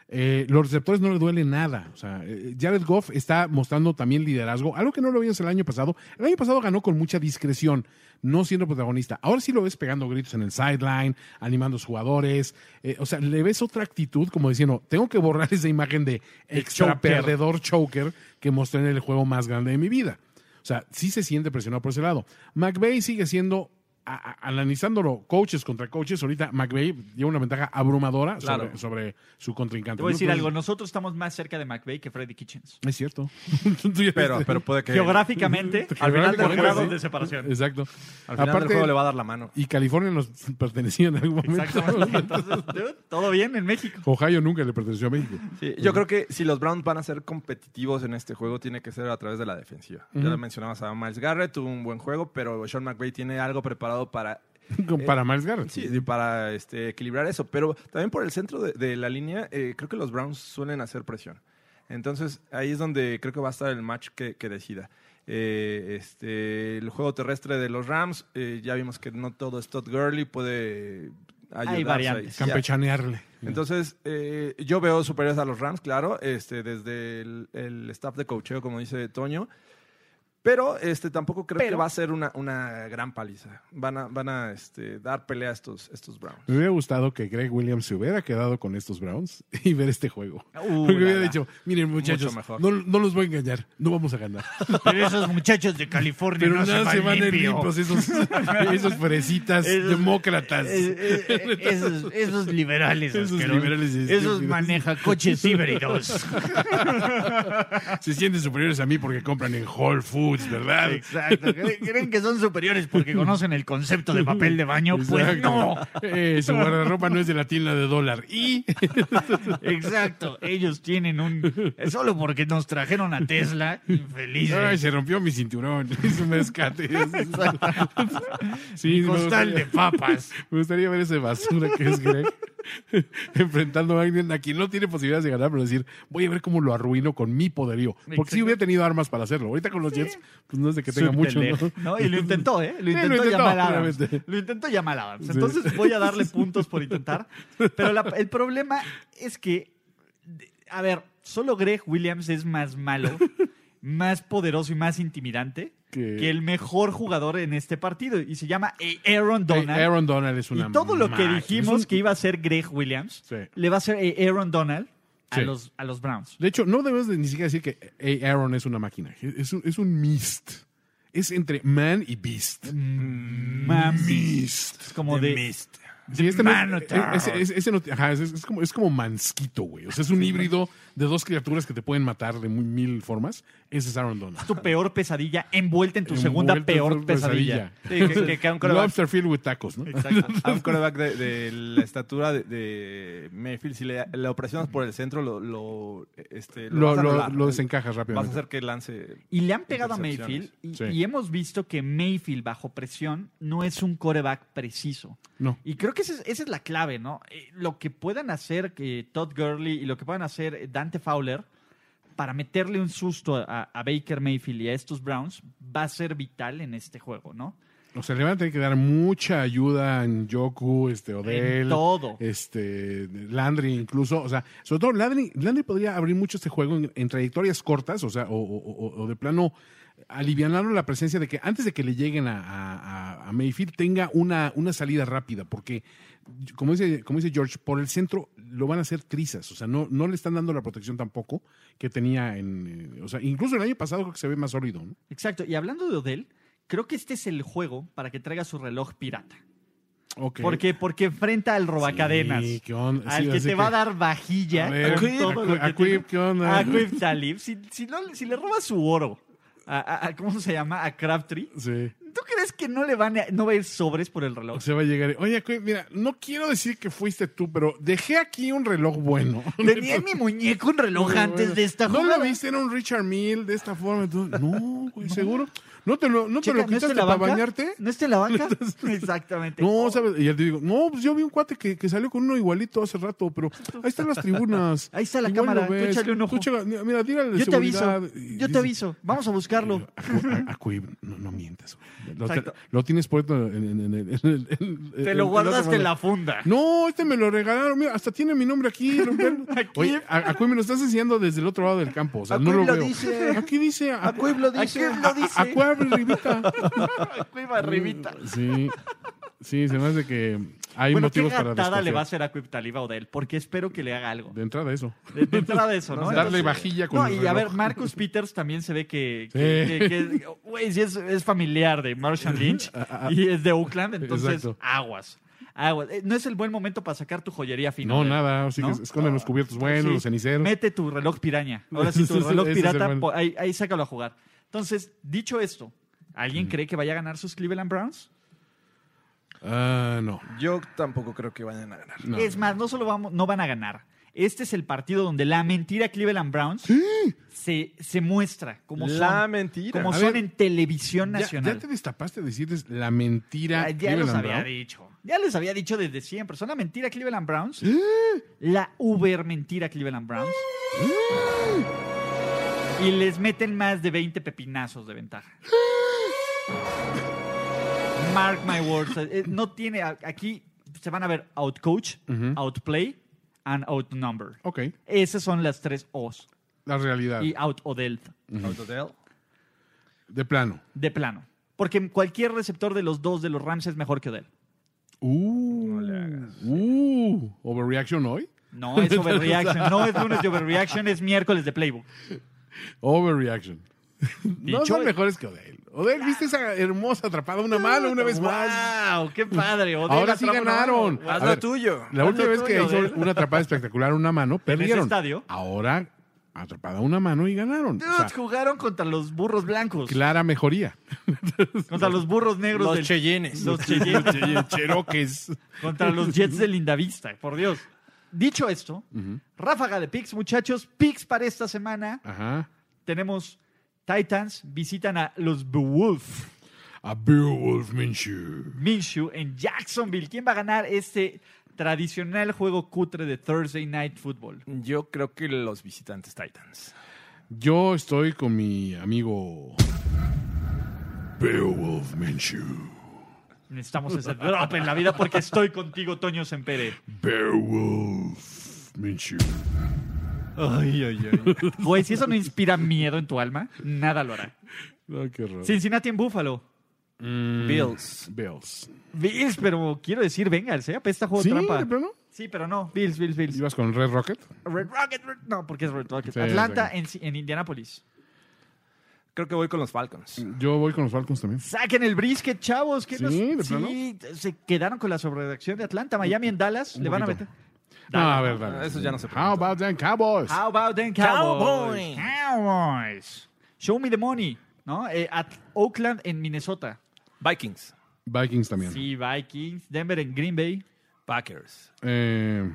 [SPEAKER 5] Eh, los receptores no le duele nada. O sea, eh, Jared Goff está mostrando también liderazgo, algo que no lo veías el año pasado. El año pasado ganó con mucha discreción, no siendo protagonista. Ahora sí lo ves pegando gritos en el sideline, animando a los jugadores. Eh, o sea, le ves otra actitud como diciendo, tengo que borrar esa imagen de extra
[SPEAKER 4] choker.
[SPEAKER 5] perdedor choker que mostré en el juego más grande de mi vida. O sea, sí se siente presionado por ese lado. McVeigh sigue siendo, a- a- analizándolo coaches contra coaches, ahorita McVeigh lleva una ventaja abrumadora
[SPEAKER 8] Claro.
[SPEAKER 5] sobre, sobre su contrincante.
[SPEAKER 4] Te voy a
[SPEAKER 5] ¿no?
[SPEAKER 4] decir
[SPEAKER 5] Entonces,
[SPEAKER 4] algo, nosotros estamos más cerca de McVeigh que Freddy Kitchens.
[SPEAKER 5] es cierto. Tú ya
[SPEAKER 8] Pero,
[SPEAKER 5] viste.
[SPEAKER 8] pero puede que.
[SPEAKER 4] Geográficamente,
[SPEAKER 8] Al final
[SPEAKER 4] por
[SPEAKER 8] del juego,
[SPEAKER 4] grados
[SPEAKER 8] sí.
[SPEAKER 4] de separación.
[SPEAKER 5] Exacto.
[SPEAKER 8] Al final del
[SPEAKER 5] Aparte,
[SPEAKER 8] juego le va a dar la mano.
[SPEAKER 5] y California nos pertenecía en algún
[SPEAKER 4] Exactamente.
[SPEAKER 5] momento.
[SPEAKER 4] Entonces, dude, todo bien en México.
[SPEAKER 5] Ohio nunca le perteneció a México.
[SPEAKER 8] Sí, yo creo que si los Browns van a ser competitivos en este juego, tiene que ser a través de la defensiva. Ya lo mencionabas a Miles Garrett, tuvo un buen juego, pero Sean McVay tiene algo preparado para
[SPEAKER 5] Para Miles Garrett.
[SPEAKER 8] Sí, sí, para este, equilibrar eso. Pero también por el centro de, de la línea, eh, creo que los Browns suelen hacer presión. Entonces, ahí es donde creo que va a estar el match que, que decida. Eh, este, el juego terrestre de los Rams, eh, ya vimos que no todo es Todd Gurley, puede ayudar.
[SPEAKER 4] variantes.
[SPEAKER 5] Campechanearle.
[SPEAKER 8] Mm. Entonces, eh, yo veo superiores a los Rams, claro, este, desde el, el staff de coacheo, como dice Toño. Pero este, tampoco creo que
[SPEAKER 4] Pero-
[SPEAKER 8] va a ser una, una gran paliza. Van a, van a este, dar pelea a estos, estos Browns.
[SPEAKER 5] Me hubiera gustado que Greg Williams se hubiera quedado con estos Browns y ver este juego.
[SPEAKER 4] Uh,
[SPEAKER 5] Porque hubiera
[SPEAKER 4] la, la.
[SPEAKER 5] dicho, miren muchachos,
[SPEAKER 8] Mucho mejor.
[SPEAKER 5] no, no los voy a engañar, no vamos a ganar.
[SPEAKER 4] Pero esos muchachos de California
[SPEAKER 5] Pero
[SPEAKER 4] no
[SPEAKER 5] nada se van en
[SPEAKER 4] limpio.
[SPEAKER 5] limpios esos, esos fresitas
[SPEAKER 4] Esos-
[SPEAKER 5] demócratas.
[SPEAKER 4] Eh, eh, esos, esos liberales.
[SPEAKER 5] Esos
[SPEAKER 4] asquerosos.
[SPEAKER 5] liberales estúpidos.
[SPEAKER 4] Esos maneja coches híbridos.
[SPEAKER 5] Se sienten superiores a mí porque compran en Whole Foods, ¿verdad?
[SPEAKER 4] Exacto. ¿Creen- ¿Creen que son superiores porque conocen el concepto de papel de baño? Pues
[SPEAKER 5] Exacto.
[SPEAKER 4] no.
[SPEAKER 5] Eh, su guardarropa no es de la tienda de dólar. Y
[SPEAKER 4] Exacto. Ellos tienen un... Solo porque nos trajeron a Tesla,
[SPEAKER 5] Ay,
[SPEAKER 4] infelices.
[SPEAKER 5] se rompió mi cinturón. Es un rescate. Sí,
[SPEAKER 4] Mi
[SPEAKER 5] me
[SPEAKER 4] costal de
[SPEAKER 5] gustaría-
[SPEAKER 4] papas.
[SPEAKER 5] Me gustaría ver ese basura que es Greg enfrentando a alguien a quien no tiene posibilidades de ganar, pero decir, voy a ver cómo lo arruino con mi poderío. Porque si
[SPEAKER 4] Exacto.
[SPEAKER 5] hubiera tenido armas para hacerlo. Ahorita con los Jets, pues no es de que tenga mucho, ¿no?
[SPEAKER 4] ¿no? Y lo intentó, ¿eh? Lo
[SPEAKER 5] Sí, lo
[SPEAKER 4] intentó,
[SPEAKER 5] intentó,
[SPEAKER 4] Jamal Adams.
[SPEAKER 5] obviamente.
[SPEAKER 4] Lo intentó Jamal Adams.
[SPEAKER 5] Sí.
[SPEAKER 4] Entonces voy a darle puntos por intentar. Pero la- el problema es que, de- a ver, solo Greg Williams es más malo, más poderoso y más intimidante
[SPEAKER 5] que,
[SPEAKER 4] que el mejor jugador en este partido y se llama Aaron Donald.
[SPEAKER 5] Eh, Aaron Donald es una
[SPEAKER 4] y todo lo que
[SPEAKER 5] máquina.
[SPEAKER 4] dijimos
[SPEAKER 5] Es un-
[SPEAKER 4] que iba a ser Greg Williams,
[SPEAKER 5] Sí.
[SPEAKER 4] le va a ser eh, Aaron Donald a,
[SPEAKER 5] Sí.
[SPEAKER 4] los, a los Browns.
[SPEAKER 5] De hecho, no debes de ni siquiera decir que eh, Aaron es una máquina. Es un, es un mist. Es entre man y beast. Mm.
[SPEAKER 4] Mami.
[SPEAKER 5] Mist.
[SPEAKER 4] Es como de.
[SPEAKER 5] Sí, este no-
[SPEAKER 4] Manotaur.
[SPEAKER 5] ese- ese- ese no- ajá, es, es como, es como mansquito, güey. O sea, es un híbrido de dos criaturas que te pueden matar de muy- mil formas. Ese es Aaron Donald.
[SPEAKER 4] Tu peor pesadilla envuelta en tu
[SPEAKER 5] Envuelto
[SPEAKER 4] segunda
[SPEAKER 5] en
[SPEAKER 4] peor
[SPEAKER 5] tu
[SPEAKER 4] pesadilla.
[SPEAKER 9] Sí, que, que, que un quarterback-
[SPEAKER 5] Lobster Field with tacos, ¿no?
[SPEAKER 8] A un quarterback de, de la estatura de, de Mayfield, si le, le presionas por el centro, lo, lo, este, lo
[SPEAKER 5] Lo,
[SPEAKER 8] vas a
[SPEAKER 5] lo-
[SPEAKER 8] anular.
[SPEAKER 5] lo
[SPEAKER 8] Vas
[SPEAKER 5] desencajas
[SPEAKER 8] a
[SPEAKER 5] rápidamente.
[SPEAKER 8] hacer que lance.
[SPEAKER 4] Y le han pegado a Mayfield
[SPEAKER 8] Intercepciones.
[SPEAKER 4] y,
[SPEAKER 5] Sí.
[SPEAKER 4] y hemos visto que Mayfield bajo presión no es un coreback preciso.
[SPEAKER 5] No.
[SPEAKER 4] Y creo que esa es, esa es la clave, ¿no? Eh, lo que puedan hacer eh, Todd Gurley y lo que puedan hacer eh, Dante Fowler para meterle un susto a, a Baker Mayfield y a estos Browns va a ser vital en este juego, ¿no?
[SPEAKER 5] O sea, le van a tener que dar mucha ayuda en Yoku, este, Odell.
[SPEAKER 4] En todo.
[SPEAKER 5] Este, Landry incluso, o sea, sobre todo Landry, Landry podría abrir mucho este juego en, en trayectorias cortas, o sea, o, o- o- o de plano alivianarlo la presencia de que antes de que le lleguen a, a- a- a Mayfield tenga una, una salida rápida, porque como dice, como dice George, por el centro lo van a hacer trizas, o sea, no, no le están dando la protección tampoco que tenía en, eh, o sea, incluso el año pasado creo que se ve más sólido, ¿no?
[SPEAKER 4] Exacto. Y hablando de Odell, creo que este es el juego para que traiga su reloj pirata.
[SPEAKER 5] Ok.
[SPEAKER 4] Porque, porque enfrenta al robacadenas.
[SPEAKER 5] Sí, ¿qué onda?
[SPEAKER 4] al
[SPEAKER 5] Sí,
[SPEAKER 4] que
[SPEAKER 5] así
[SPEAKER 4] te va a dar vajilla.
[SPEAKER 5] A ver,
[SPEAKER 4] con todo lo
[SPEAKER 5] Aquib,
[SPEAKER 4] que tiene.
[SPEAKER 5] ¿qué onda?
[SPEAKER 4] A Quib Talib. Si, si no- si le robas su oro, a, a- a- ¿cómo se llama? A Crabtree.
[SPEAKER 5] Sí.
[SPEAKER 4] ¿Tú crees que no le van a, no va a ir sobres por el reloj?
[SPEAKER 5] Se va a llegar. y, Oye, Acuí, mira, no quiero decir que fuiste tú, pero dejé aquí un reloj bueno.
[SPEAKER 4] Tenía en mi muñeco un reloj
[SPEAKER 5] Bueno,
[SPEAKER 4] antes de esta
[SPEAKER 5] ¿No
[SPEAKER 4] jugada.
[SPEAKER 5] lo viste? Era un Richard Mill de esta forma. Tú, No, güey, ¿seguro? ¿No te lo, no te
[SPEAKER 4] Checa,
[SPEAKER 5] lo
[SPEAKER 4] ¿no está
[SPEAKER 5] quitaste
[SPEAKER 4] en la
[SPEAKER 5] para
[SPEAKER 4] banca?
[SPEAKER 5] bañarte?
[SPEAKER 4] ¿No está en la banca? Exactamente.
[SPEAKER 5] No, ¿sabes? Y ya te digo, no, pues yo vi un cuate que, que salió con uno igualito hace rato, pero ahí están las tribunas.
[SPEAKER 4] Ahí está la
[SPEAKER 5] Igual
[SPEAKER 4] cámara,
[SPEAKER 5] lo
[SPEAKER 4] tú
[SPEAKER 5] ves.
[SPEAKER 4] échale un ojo.
[SPEAKER 5] Tú checa- mira, mira, dígale de
[SPEAKER 4] Yo te aviso.
[SPEAKER 5] seguridad. Y
[SPEAKER 4] Yo te
[SPEAKER 5] dices,
[SPEAKER 4] acuerdo. Vamos a buscarlo.
[SPEAKER 5] Acu- a- Acuí, no, no mientas. güey. Lo,
[SPEAKER 4] Exacto.
[SPEAKER 5] lo tienes puesto en, en- en- en- en- en-
[SPEAKER 4] Te
[SPEAKER 5] en-
[SPEAKER 4] lo
[SPEAKER 5] en
[SPEAKER 4] guardaste
[SPEAKER 5] otra
[SPEAKER 4] en la funda.
[SPEAKER 5] No, este me lo regalaron. Mira, hasta tiene mi nombre aquí. Lo- Oye, a- Acuí me lo estás enseñando desde el otro lado del campo. O sea, no lo,
[SPEAKER 8] lo
[SPEAKER 5] veo.
[SPEAKER 8] dice.
[SPEAKER 5] Aquí dice. Acuí
[SPEAKER 8] lo
[SPEAKER 4] ¿A quién lo dice?
[SPEAKER 5] Acuí arribita. Mm,
[SPEAKER 4] Quib arribita.
[SPEAKER 5] Sí. Sí, se me hace que hay
[SPEAKER 4] bueno, ¿qué
[SPEAKER 5] motivos para
[SPEAKER 4] gatada le
[SPEAKER 5] desconfiar.
[SPEAKER 4] va a hacer a Quib Talib a Odell? Porque espero que le haga algo.
[SPEAKER 5] De entrada, eso.
[SPEAKER 4] De, de entrada de eso, ¿no?
[SPEAKER 5] Darle
[SPEAKER 4] Entonces-
[SPEAKER 5] vajilla con
[SPEAKER 4] No,
[SPEAKER 5] el
[SPEAKER 4] y a ver,
[SPEAKER 5] reloj.
[SPEAKER 4] Marcus Peters también se ve que,
[SPEAKER 5] Sí.
[SPEAKER 4] que- que- que- güey, sí es, es familiar de Marshall Lynch y es de Oakland, entonces
[SPEAKER 5] Ah, Exacto.
[SPEAKER 4] aguas. aguas. Eh, No es el buen momento para sacar tu joyería final.
[SPEAKER 5] No, nada. Así
[SPEAKER 4] ¿No? Ah,
[SPEAKER 5] que esconden los cubiertos buenos,
[SPEAKER 4] Sí.
[SPEAKER 5] los ceniceros.
[SPEAKER 4] Mete tu reloj piraña. Ahora sí, tu
[SPEAKER 5] Ese es-
[SPEAKER 4] reloj
[SPEAKER 5] ese es el
[SPEAKER 4] pirata,
[SPEAKER 5] bueno.
[SPEAKER 4] po- ahí, ahí sácalo a jugar. Entonces, dicho esto,
[SPEAKER 5] Mm.
[SPEAKER 4] ¿alguien cree que vaya a ganar sus Cleveland Browns?
[SPEAKER 5] Ah, no.
[SPEAKER 8] Yo tampoco creo que vayan a ganar.
[SPEAKER 5] no.
[SPEAKER 4] Es más, no solo vamos, no van a ganar. Este es el partido donde la mentira Cleveland Browns se, se muestra como
[SPEAKER 8] la
[SPEAKER 4] son.
[SPEAKER 8] mentira.
[SPEAKER 4] como
[SPEAKER 5] A
[SPEAKER 4] son
[SPEAKER 5] ver,
[SPEAKER 4] en televisión
[SPEAKER 5] Ya,
[SPEAKER 4] nacional.
[SPEAKER 5] ya te destapaste de decirles la mentira.
[SPEAKER 4] Ya- ya los
[SPEAKER 5] Cleveland
[SPEAKER 4] había
[SPEAKER 5] Brown.
[SPEAKER 4] dicho. Ya les había dicho desde siempre. Son la mentira Cleveland Browns. La uber mentira Cleveland Browns. Y les meten más de 20 pepinazos de ventaja. Mark my words. Eh, No tiene. a- Aquí se van a ver outcoach, outplay and outnumber.
[SPEAKER 5] Ok,
[SPEAKER 4] Esas son las tres O's.
[SPEAKER 5] la realidad.
[SPEAKER 4] Y out Odell.
[SPEAKER 8] Autodel.
[SPEAKER 5] De plano.
[SPEAKER 4] De plano. Porque cualquier receptor de los dos de los Rams es mejor que Odell.
[SPEAKER 5] Uh, uh, overreaction hoy.
[SPEAKER 4] No es overreaction, no es lunes de overreaction, es miércoles de playbook.
[SPEAKER 5] Overreaction. no
[SPEAKER 4] Dicho-
[SPEAKER 5] son mejores que Odell. Odell, ¿viste esa hermosa atrapada? Una mala, una vez más.
[SPEAKER 4] ¡Wow! ¡Qué padre! Odell
[SPEAKER 5] Ahora sí
[SPEAKER 4] atrapa una
[SPEAKER 5] ganaron.
[SPEAKER 4] mano.
[SPEAKER 5] A
[SPEAKER 8] Haz
[SPEAKER 5] ver,
[SPEAKER 8] lo tuyo.
[SPEAKER 5] La última
[SPEAKER 4] lo
[SPEAKER 5] vez que
[SPEAKER 4] tuyo,
[SPEAKER 5] hizo
[SPEAKER 4] Odell.
[SPEAKER 5] una atrapada espectacular, una mano, perdieron.
[SPEAKER 4] estadio?
[SPEAKER 5] Ahora, atrapada una mano y ganaron. O sea,
[SPEAKER 4] Dudes, jugaron contra los burros blancos,
[SPEAKER 5] clara mejoría.
[SPEAKER 4] contra los burros negros
[SPEAKER 8] Los
[SPEAKER 4] del-
[SPEAKER 8] Cheyennes.
[SPEAKER 4] los Cheyennes,
[SPEAKER 5] Cheroques.
[SPEAKER 4] contra los Jets de Lindavista, por Dios. Dicho esto, ráfaga de picks, muchachos, picks para esta semana.
[SPEAKER 5] Ajá.
[SPEAKER 4] Tenemos Titans visitan a los Beowulf
[SPEAKER 5] A Beowulf Minshew.
[SPEAKER 4] Minshew en Jacksonville. ¿Quién va a ganar este tradicional juego cutre de Thursday Night Football?
[SPEAKER 8] Yo creo que los visitantes Titans.
[SPEAKER 5] Yo estoy con mi amigo Beowulf Minshew.
[SPEAKER 4] Necesitamos ese drop en la vida porque estoy contigo, Toño Sempere.
[SPEAKER 5] Beowulf Minshew.
[SPEAKER 4] Güey, si eso no inspira miedo en tu alma, nada lo hará.
[SPEAKER 5] No, qué horror.
[SPEAKER 4] Cincinnati en Buffalo.
[SPEAKER 5] Mm,
[SPEAKER 8] Bills.
[SPEAKER 5] Bills.
[SPEAKER 4] Bills, pero quiero decir Bengals, ¿eh? Apesta juego
[SPEAKER 5] ¿Sí?
[SPEAKER 4] trampa.
[SPEAKER 5] ¿De plano?
[SPEAKER 4] Sí, pero no. Bills, Bills, Bills.
[SPEAKER 5] ¿Ibas con Red Rocket?
[SPEAKER 4] Red Rocket, Red- No, porque es Red Rocket.
[SPEAKER 5] Sí,
[SPEAKER 4] Atlanta en, en Indianapolis.
[SPEAKER 8] Creo que voy con los Falcons.
[SPEAKER 5] Yo voy con los Falcons también.
[SPEAKER 4] Saquen el brisket, chavos. ¿qué
[SPEAKER 5] Sí,
[SPEAKER 4] nos-
[SPEAKER 5] de
[SPEAKER 4] sí, se quedaron con la sobrereacción de Atlanta. Miami en Dallas. Le van a
[SPEAKER 5] poquito.
[SPEAKER 4] meter.
[SPEAKER 5] No, Ah, a ver,
[SPEAKER 4] Ah,
[SPEAKER 5] dale.
[SPEAKER 8] Eso ya no se
[SPEAKER 5] How
[SPEAKER 8] pregunta.
[SPEAKER 5] about them Cowboys?
[SPEAKER 4] How about them Cowboys? Cowboys. Show me the money. ¿No? Eh, at Oakland en Minnesota.
[SPEAKER 8] Vikings.
[SPEAKER 5] Vikings también.
[SPEAKER 4] Sí, Vikings. Denver en Green Bay.
[SPEAKER 8] Packers.
[SPEAKER 5] Eh,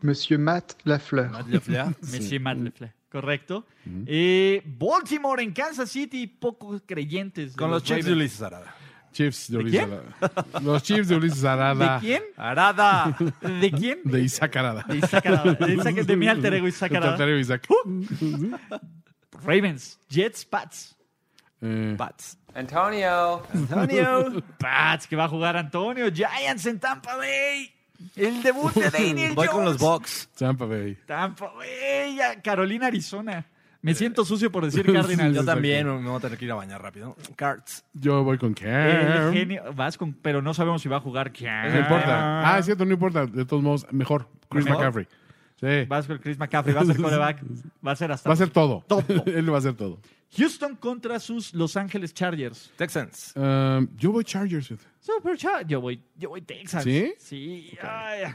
[SPEAKER 3] Monsieur Matt Lafleur.
[SPEAKER 8] Matt LaFleur.
[SPEAKER 4] Messi Matt Lefleur. Correcto. Eh, Baltimore en Kansas City. Pocos creyentes. de
[SPEAKER 8] Con los Chiefs de
[SPEAKER 4] Ravens.
[SPEAKER 8] Ulises Arada.
[SPEAKER 5] Chiefs de,
[SPEAKER 4] ¿De
[SPEAKER 5] Ulises
[SPEAKER 4] quién?
[SPEAKER 5] Arada. Los Chiefs de Ulises Arada.
[SPEAKER 4] ¿De quién?
[SPEAKER 8] Arada.
[SPEAKER 4] ¿De quién?
[SPEAKER 5] De Isaac Arada.
[SPEAKER 4] De Isaac Arada. De, Isaac- de mi alter ego Isaac
[SPEAKER 5] El
[SPEAKER 4] Arada. Uh.
[SPEAKER 5] tartario Isaac.
[SPEAKER 4] Ravens, Jets, Pats.
[SPEAKER 5] Eh,
[SPEAKER 8] Pats.
[SPEAKER 6] Antonio.
[SPEAKER 8] Antonio.
[SPEAKER 4] Pats que va a jugar Antonio. Giants en Tampa Bay. El debut de Daniel
[SPEAKER 8] Voy
[SPEAKER 4] Jones.
[SPEAKER 8] con los Bucks.
[SPEAKER 5] Tampa Bay.
[SPEAKER 4] Tampa Bay, a Carolina, Arizona.
[SPEAKER 5] Eh.
[SPEAKER 4] Me siento sucio por decir
[SPEAKER 8] Yo
[SPEAKER 4] Cardinals.
[SPEAKER 8] también me voy a tener que ir a bañar rápido. Cards.
[SPEAKER 5] Yo voy con
[SPEAKER 4] El
[SPEAKER 5] Cam.
[SPEAKER 4] genio, vas con, pero no sabemos si va a jugar.
[SPEAKER 5] No importa. Ah, es cierto, no importa. De todos modos, mejor. Chris
[SPEAKER 4] Mejor.
[SPEAKER 5] McCaffrey. Sí.
[SPEAKER 4] Vas con Chris McCaffrey, va a ser quarterback, va a ser hasta.
[SPEAKER 5] Va a ser todo.
[SPEAKER 4] Todo.
[SPEAKER 5] Él va a hacer todo.
[SPEAKER 4] Houston contra sus Los Ángeles Chargers.
[SPEAKER 8] Texans.
[SPEAKER 5] Um, yo voy Chargers. fíjate.
[SPEAKER 4] Super Char- Yo voy, yo voy Texas.
[SPEAKER 5] ¿Sí?
[SPEAKER 4] Sí. ay.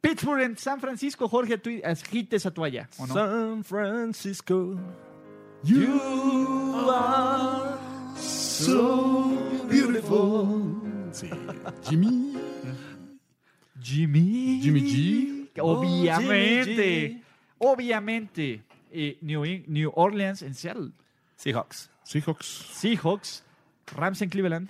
[SPEAKER 4] Pittsburgh en San Francisco, Jorge, tú agite esa toalla, ¿o no?
[SPEAKER 8] San Francisco.
[SPEAKER 4] Oh.
[SPEAKER 5] Sí. Jimmy.
[SPEAKER 4] Jimmy. Oh,
[SPEAKER 5] Jimmy G.
[SPEAKER 4] Obviamente.
[SPEAKER 8] Jimmy G.
[SPEAKER 4] Obviamente. eh, New, In- New Orleans en Seattle.
[SPEAKER 8] Seahawks.
[SPEAKER 5] Seahawks.
[SPEAKER 4] Seahawks. Rams en Cleveland.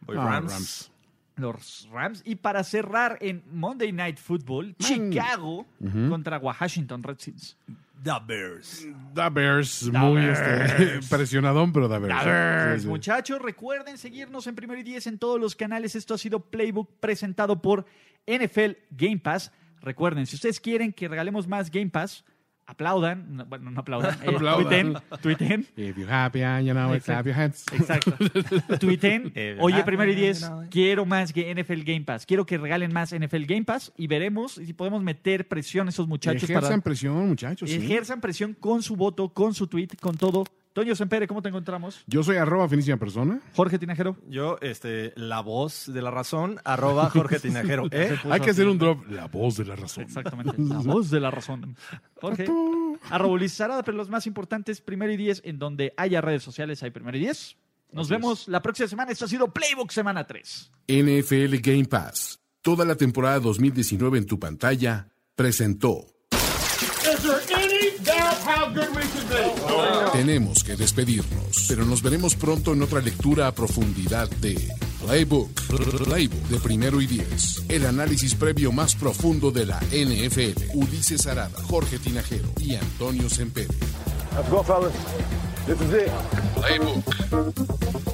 [SPEAKER 8] Voy
[SPEAKER 5] Ah,
[SPEAKER 8] Rams.
[SPEAKER 5] Rams.
[SPEAKER 4] Los Rams. Y para cerrar en Monday Night Football, Chicago contra Washington Redskins.
[SPEAKER 8] The Bears.
[SPEAKER 5] Da Bears. Muy este, presionadón, pero Da Bears. Sí, sí.
[SPEAKER 4] Pues, Muchachos, recuerden seguirnos en Primero y Diez en todos los canales. Esto ha sido Playbook presentado por NFL Game Pass. Recuerden, si ustedes quieren que regalemos más Game Pass, aplaudan. No, bueno, no aplaudan. eh,
[SPEAKER 5] Aplaudan.
[SPEAKER 4] Tuiten, tuiten.
[SPEAKER 5] If you're happy, you know it's
[SPEAKER 4] Exacto.
[SPEAKER 5] happy hands.
[SPEAKER 4] Exacto. Tuiten,
[SPEAKER 8] Eh,
[SPEAKER 4] oye,
[SPEAKER 8] ah,
[SPEAKER 4] primero y
[SPEAKER 8] no,
[SPEAKER 4] diez,
[SPEAKER 8] no, no.
[SPEAKER 4] quiero más que NFL Game Pass. Quiero que regalen más NFL Game Pass y veremos si podemos meter presión a esos muchachos para
[SPEAKER 5] Ejerzan presión, muchachos. sí.
[SPEAKER 4] ejerzan presión con su voto, con su tweet, con todo. Toño Sempere, ¿cómo te encontramos?
[SPEAKER 5] Yo soy arroba finísima persona.
[SPEAKER 4] Jorge Tinajero.
[SPEAKER 8] Yo, este, la voz de la razón, arroba Jorge Tinajero. ¿eh?
[SPEAKER 4] Pues
[SPEAKER 5] Hay que hacer un drop. La voz de la razón.
[SPEAKER 4] Exactamente. La voz de la razón. Jorge. Arroba Ulises Arada, pero los más importantes, primero y diez, en donde haya redes sociales, hay primero y diez. Nos vemos la próxima semana. Esto ha sido Playbook Semana 3.
[SPEAKER 1] NFL Game Pass. Toda la temporada 2019 en tu pantalla presentó. Tenemos que despedirnos, pero nos veremos pronto en otra lectura a profundidad de Playbook, Playbook de primero y diez, el análisis previo más profundo de la NFL. Ulises Arada, Jorge Tinajero y Antonio Sempere.
[SPEAKER 2] Let's go, fellas. This is it.
[SPEAKER 1] Playbook.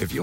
[SPEAKER 9] If you